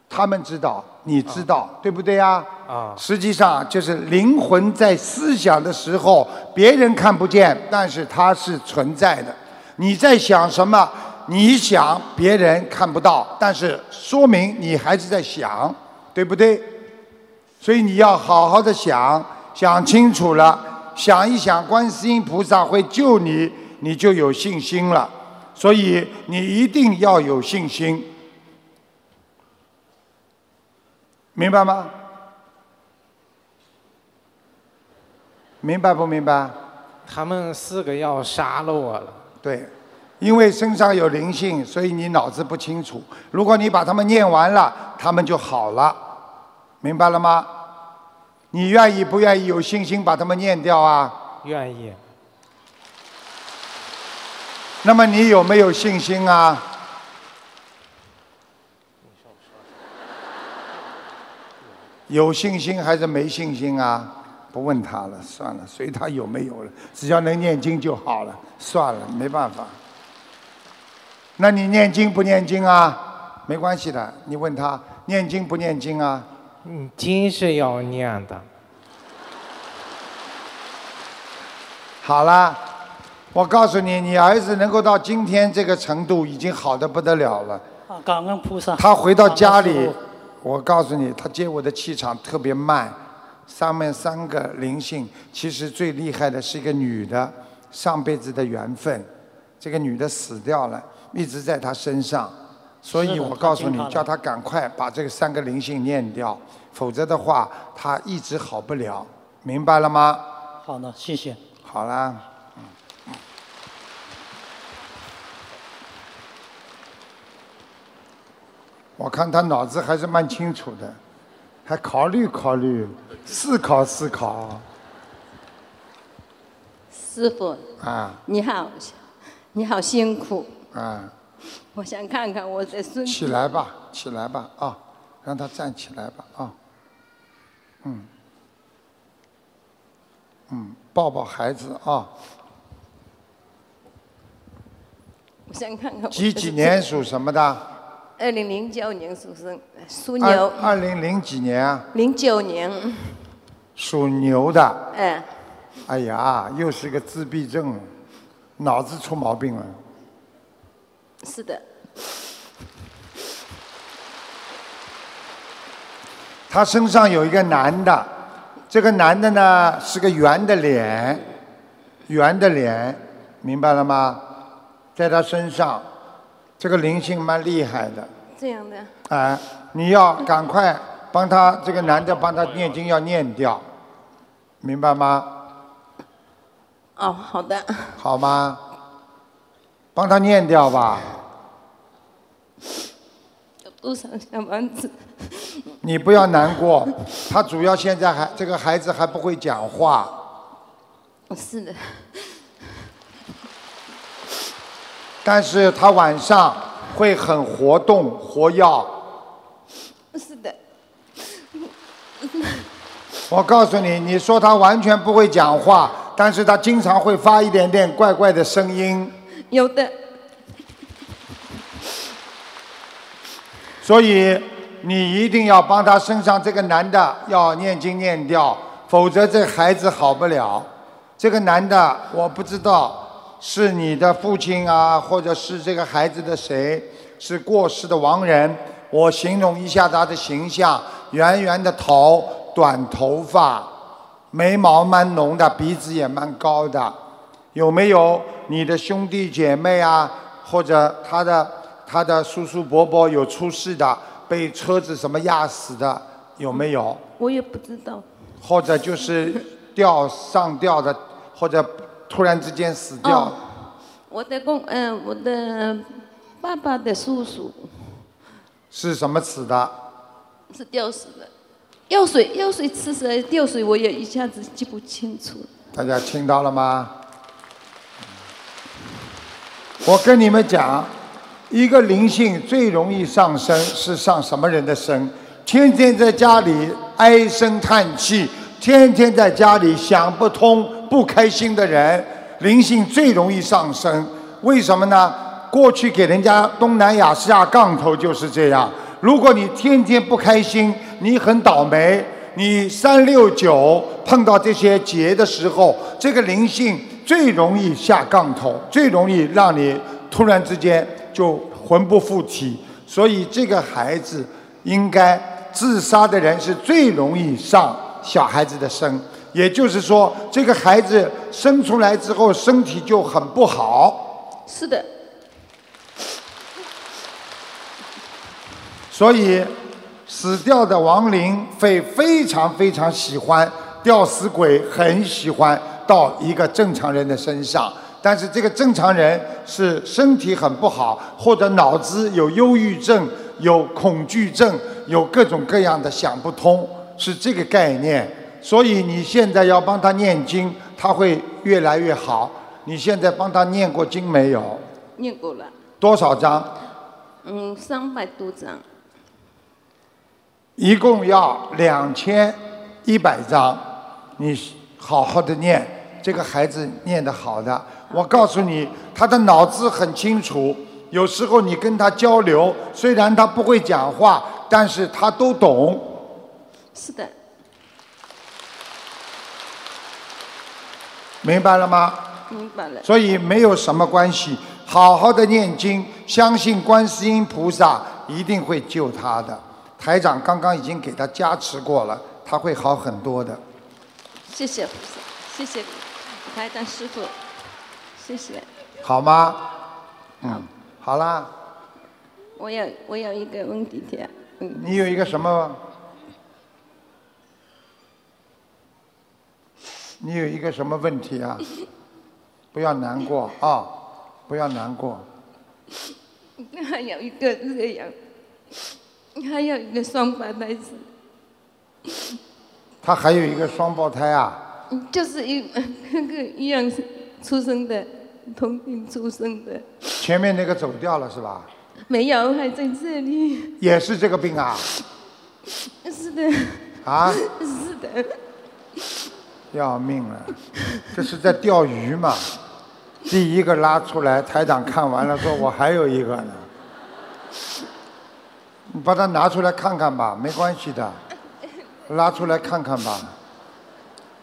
S5: 他们知道，你知道，对不对呀？
S19: 啊，
S5: 实际上就是灵魂在思想的时候，别人看不见，但是它是存在的。你在想什么？你想别人看不到，但是说明你还是在想，对不对？所以你要好好的想，想清楚了，想一想，观世音菩萨会救你，你就有信心了。所以你一定要有信心，明白吗？明白不明白？
S19: 他们四个要杀了我了。
S5: 对，因为身上有灵性，所以你脑子不清楚。如果你把它们念完了，他们就好了，明白了吗？你愿意不愿意有信心把它们念掉啊？
S19: 愿意。
S5: 那么你有没有信心啊？有信心还是没信心啊？不问他了，算了，随他有没有了，只要能念经就好了。算了，没办法。那你念经不念经啊？没关系的，你问他念经不念经啊？
S19: 嗯，经是要念的。
S5: 好啦，我告诉你，你儿子能够到今天这个程度，已经好的不得了了。
S18: 啊，感恩菩萨。
S5: 他回到家
S18: 感恩
S5: 里
S18: 师，
S5: 我告诉你，他接我的气场特别慢。上面三个灵性，其实最厉害的是一个女的，上辈子的缘分。这个女的死掉了，一直在他身上，所
S19: 是
S5: 以
S19: 的
S5: 我
S19: 她
S5: 告诉
S19: 经
S5: 你
S19: 常，来
S5: 叫他赶快把这个三个灵性念掉，否则的话，他一直好不了。明白了吗？
S18: 父。好的，谢谢。
S5: 好啦。嗯我看他脑子还是蛮清楚的，还考虑考虑，思考思考
S15: 师傅，
S5: 啊
S15: 你好，你好辛苦，
S5: 啊！
S15: 我想看看我的孙子。
S5: 起来吧，起来吧啊！让他站起来吧啊！嗯嗯，抱抱孩子啊！
S15: 我想看看我的孙子
S5: 几几年？属什么的？
S15: 二零零九年出生，属
S5: 二
S15: 牛。
S5: 二零零几年啊？
S15: 零九年，
S5: 属牛的。
S15: 嗯，
S5: 哎呀，又是个自闭症，脑子出毛病了。
S15: 是的，
S5: 他身上有一个男的，这个男的呢是个圆的脸，圆的脸，明白了吗？在他身上，这个灵性蛮厉害的，
S15: 这样的。
S5: 哎，你要赶快帮他这个男的帮他念经要念掉，明白吗？
S15: 哦，好的，
S5: 好吗？帮他念掉吧。
S15: 有多少小房子？
S5: 你不要难过，他主要现在还这个孩子还不会讲话，
S15: 是的，
S5: 但是他晚上会很活动活跃。嗯
S15: 是的，
S5: 我告诉你，你说他完全不会讲话，但是他经常会发一点点怪怪的声音，
S15: 有的，
S5: 所以你一定要帮他身上这个男的要念经念掉，否则这孩子好不了。这个男的我不知道是你的父亲啊，或者是这个孩子的谁，是过世的亡人。我形容一下他的形象：圆圆的头，短头发，眉毛蛮浓的，鼻子也蛮高的。有没有你的兄弟姐妹啊，或者他的他的叔叔伯伯有出事的，被车子什么压死的，有没有？
S15: 我也不知道。
S5: 或者就是吊上吊的，或者突然之间死掉。
S15: 我的公，嗯、我的爸爸的叔叔
S5: 是什么死的？
S15: 是吊死的，药水药水吃死还是吊水，我也一下子记不清楚了。
S5: 大家听到了吗？我跟你们讲，一个灵性最容易上身是上什么人的身？天天在家里唉声叹气，天天在家里想不通、不开心的人，灵性最容易上身。为什么呢？过去给人家东南亚下杠头就是这样。如果你天天不开心，你很倒霉。你三六九碰到这些劫的时候，这个灵性最容易下杠头，最容易让你突然之间就魂不附体。所以这个孩子应该自杀的人是最容易上小孩子的身。也就是说，这个孩子生出来之后身体就很不好，
S15: 是的，
S5: 所以死掉的亡灵会非常非常喜欢吊死鬼，很喜欢到一个正常人的身上。但是这个正常人是身体很不好，或者脑子有忧郁症、有恐惧症、有各种各样的想不通，是这个概念。所以你现在要帮他念经，他会越来越好。你现在帮他念过经没有？
S15: 念过了，
S5: 多少章？
S15: 嗯，三百多张，
S5: 一共要两千一百章，你好好的念，这个孩子念得好的，我告诉你，他的脑子很清楚。有时候你跟他交流，虽然他不会讲话，但是他都懂。
S15: 是的，
S5: 明白了吗？
S15: 明白了。
S5: 所以没有什么关系，好好的念经，相信观世音菩萨一定会救他的。台长刚刚已经给他加持过了，他会好很多的。
S15: 谢谢菩萨，谢谢台长师傅，谢谢。
S5: 好吗？嗯，好啦，
S15: 我有我有一个问题的，嗯，
S5: 你有一个什么？你有一个什么问题啊？不要难过啊、不要难过。
S15: <laughs> 还有一个这样， <laughs> 还有一个双胞胎子，
S5: 他还有一个双胞胎啊，
S15: <laughs> 就是一跟个一样出生的，同病出生的，
S5: 前面那个走掉了是吧？
S15: 没有还在这里，
S5: 也是这个病啊？
S15: <laughs> 是的，
S5: 啊，
S15: 是的，
S5: 要命了，这是在钓鱼嘛？第一个拉出来，台长看完了说：“我还有一个呢。”你把它拿出来看看吧，没关系的，拉出来看看吧。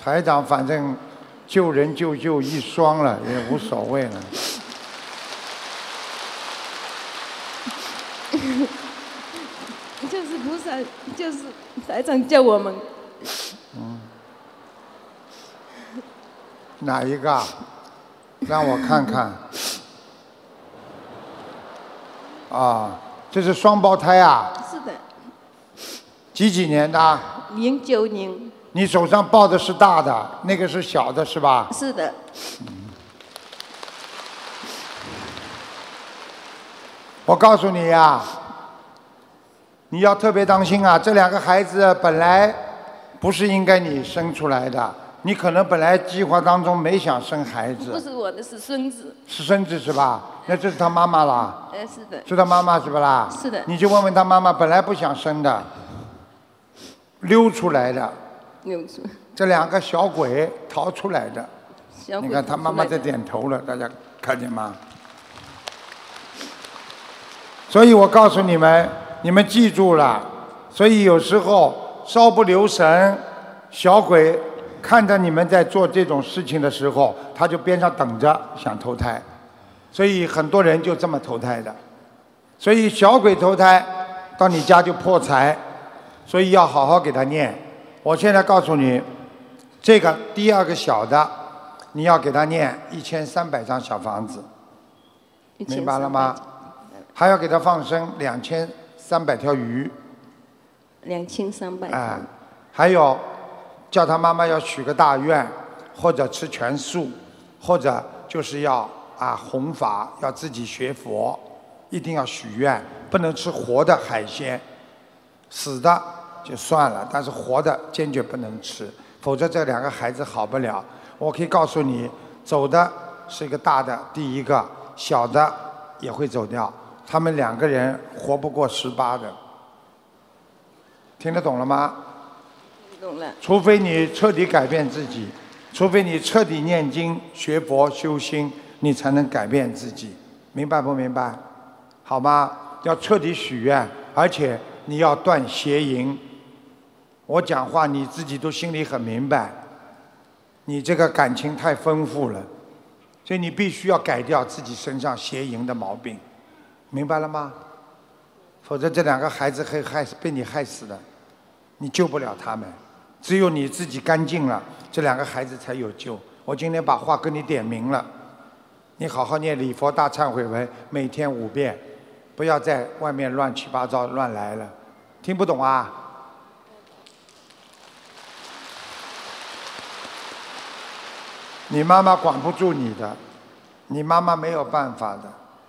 S5: 台长反正救人就救一双了，也无所谓了。
S15: <laughs> 就是菩萨，就是台长叫我们
S5: 嗯，哪一个啊？让我看看。啊，这是双胞胎啊，
S15: 是的，
S5: 几几年的？
S15: 零九年，
S5: 你手上抱的是大的，那个是小的，是吧？
S15: 是的，
S5: 我告诉你呀、你要特别当心啊！这两个孩子本来不是应该你生出来的，你可能本来计划当中没想生孩
S15: 不
S5: 子，
S15: 是我的，是孙子，
S5: 是孙子是吧？那这是他妈妈啦，
S15: 呃，是的，
S5: 是他妈妈是不啦？
S15: 是的
S5: 你就问问他妈妈，本来不想生的，溜出来的，
S15: 扭出
S5: 这两个小鬼逃出来的。
S15: 小
S5: 你
S15: 鬼
S5: 看他
S15: 出
S5: 妈妈
S15: 来
S5: 在
S15: 的
S5: 点
S15: <laughs>
S5: 头了，大家看见吗？所以我告诉你们，你们记住了。所以有时候稍不留神，小鬼看着你们在做这种事情的时候，他就边上等着想投胎，所以很多人就这么投胎的。所以小鬼投胎到你家就破财，所以要好好给他念。我现在告诉你，这个第二个小的，你要给他念一千三百张小房子，明白了吗？还要给他放生两千三百条鱼，
S15: 两千三百。
S5: 哎，还有叫他妈妈要许个大愿，或者吃全素，或者就是要啊弘法，要自己学佛，一定要许愿，不能吃活的海鲜，死的就算了，但是活的坚决不能吃，否则这两个孩子好不了。我可以告诉你，走的是一个大的，第一个小的也会走掉，他们两个人活不过十八的。听得懂了吗？
S15: 懂了。
S5: 除非你彻底改变自己，除非你彻底念经、学佛、修心，你才能改变自己，明白不明白？好吗？要彻底许愿，而且你要断邪淫。我讲话你自己都心里很明白，你这个感情太丰富了，所以你必须要改掉自己身上邪淫的毛病，明白了吗？否则这两个孩子会害死，被你害死的，你救不了他们。只有你自己干净了，这两个孩子才有救。我今天把话跟你点明了，你好好念礼佛大忏悔文，每天五遍，不要在外面乱七八糟乱来了。听不懂啊？你妈妈管不住你的，你妈妈没有办法的，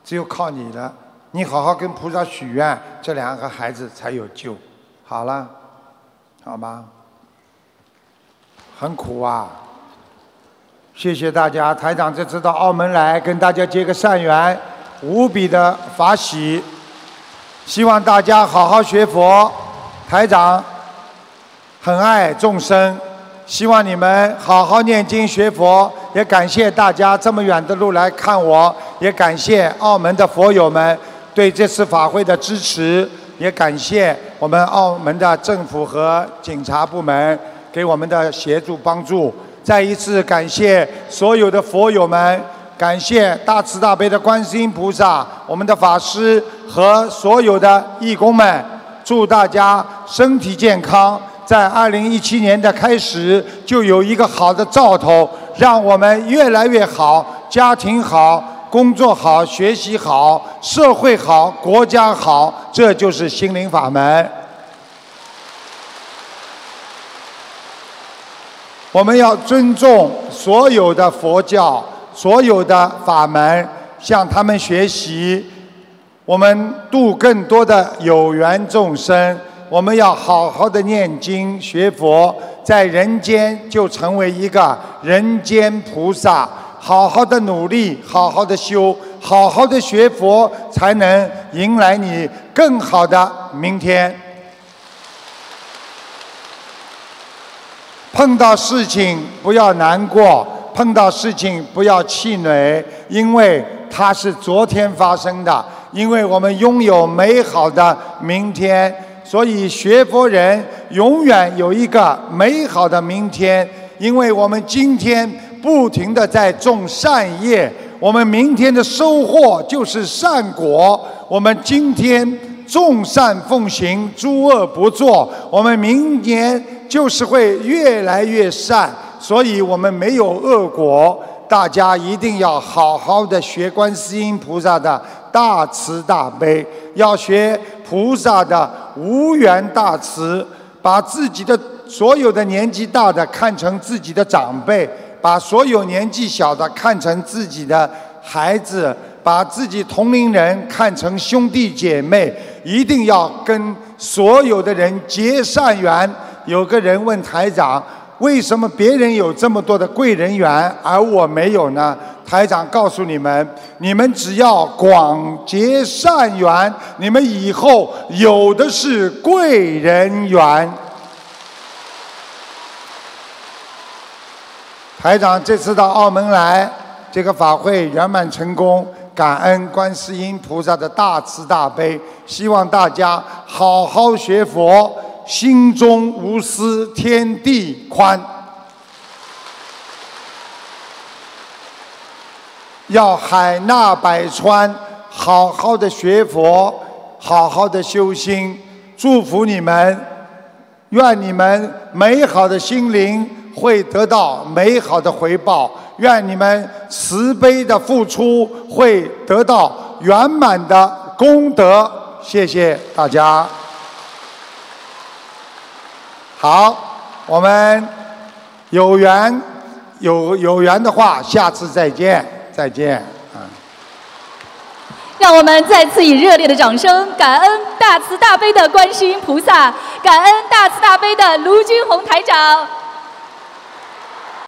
S5: 只有靠你了。你好好跟菩萨许愿，这两个孩子才有救。好了，好吗？很苦啊！谢谢大家，台长这次到澳门来跟大家结个善缘，无比的法喜。希望大家好好学佛，台长很爱众生，希望你们好好念经学佛。也感谢大家这么远的路来看我，也感谢澳门的佛友们对这次法会的支持，也感谢我们澳门的政府和警察部门给我们的协助帮助。再一次感谢所有的佛友们，感谢大慈大悲的观世音菩萨、我们的法师和所有的义工们。祝大家身体健康，在二零一七年的开始就有一个好的兆头，让我们越来越好，家庭好，工作好，学习好，社会好，国家好，这就是心灵法门。我们要尊重所有的佛教、所有的法门，向他们学习。我们度更多的有缘众生，我们要好好的念经学佛，在人间就成为一个人间菩萨，好好的努力，好好的修，好好的学佛，才能迎来你更好的明天。碰到事情不要难过，碰到事情不要气馁，因为它是昨天发生的，因为我们拥有美好的明天，所以学佛人永远有一个美好的明天，因为我们今天不停的在种善业，我们明天的收获就是善果，我们今天。众善奉行，诸恶不作。我们明年就是会越来越善，所以我们没有恶果。大家一定要好好的学观世音菩萨的大慈大悲，要学菩萨的无缘大慈，把自己的所有的年纪大的看成自己的长辈，把所有年纪小的看成自己的孩子。把自己同龄人看成兄弟姐妹，一定要跟所有的人结善缘。有个人问台长，为什么别人有这么多的贵人缘，而我没有呢？台长告诉你们，你们只要广结善缘，你们以后有的是贵人缘。台长这次到澳门来，这个法会圆满成功。感恩观世音菩萨的大慈大悲，希望大家好好学佛，心中无私，天地宽。要海纳百川，好好的学佛，好好的修心。祝福你们，愿你们美好的心灵会得到美好的回报。愿你们慈悲的付出会得到圆满的功德，谢谢大家。好，我们有缘有有缘的话，下次再见，再见。嗯，
S1: 让我们再次以热烈的掌声，感恩大慈大悲的观世音菩萨，感恩大慈大悲的卢军红台长。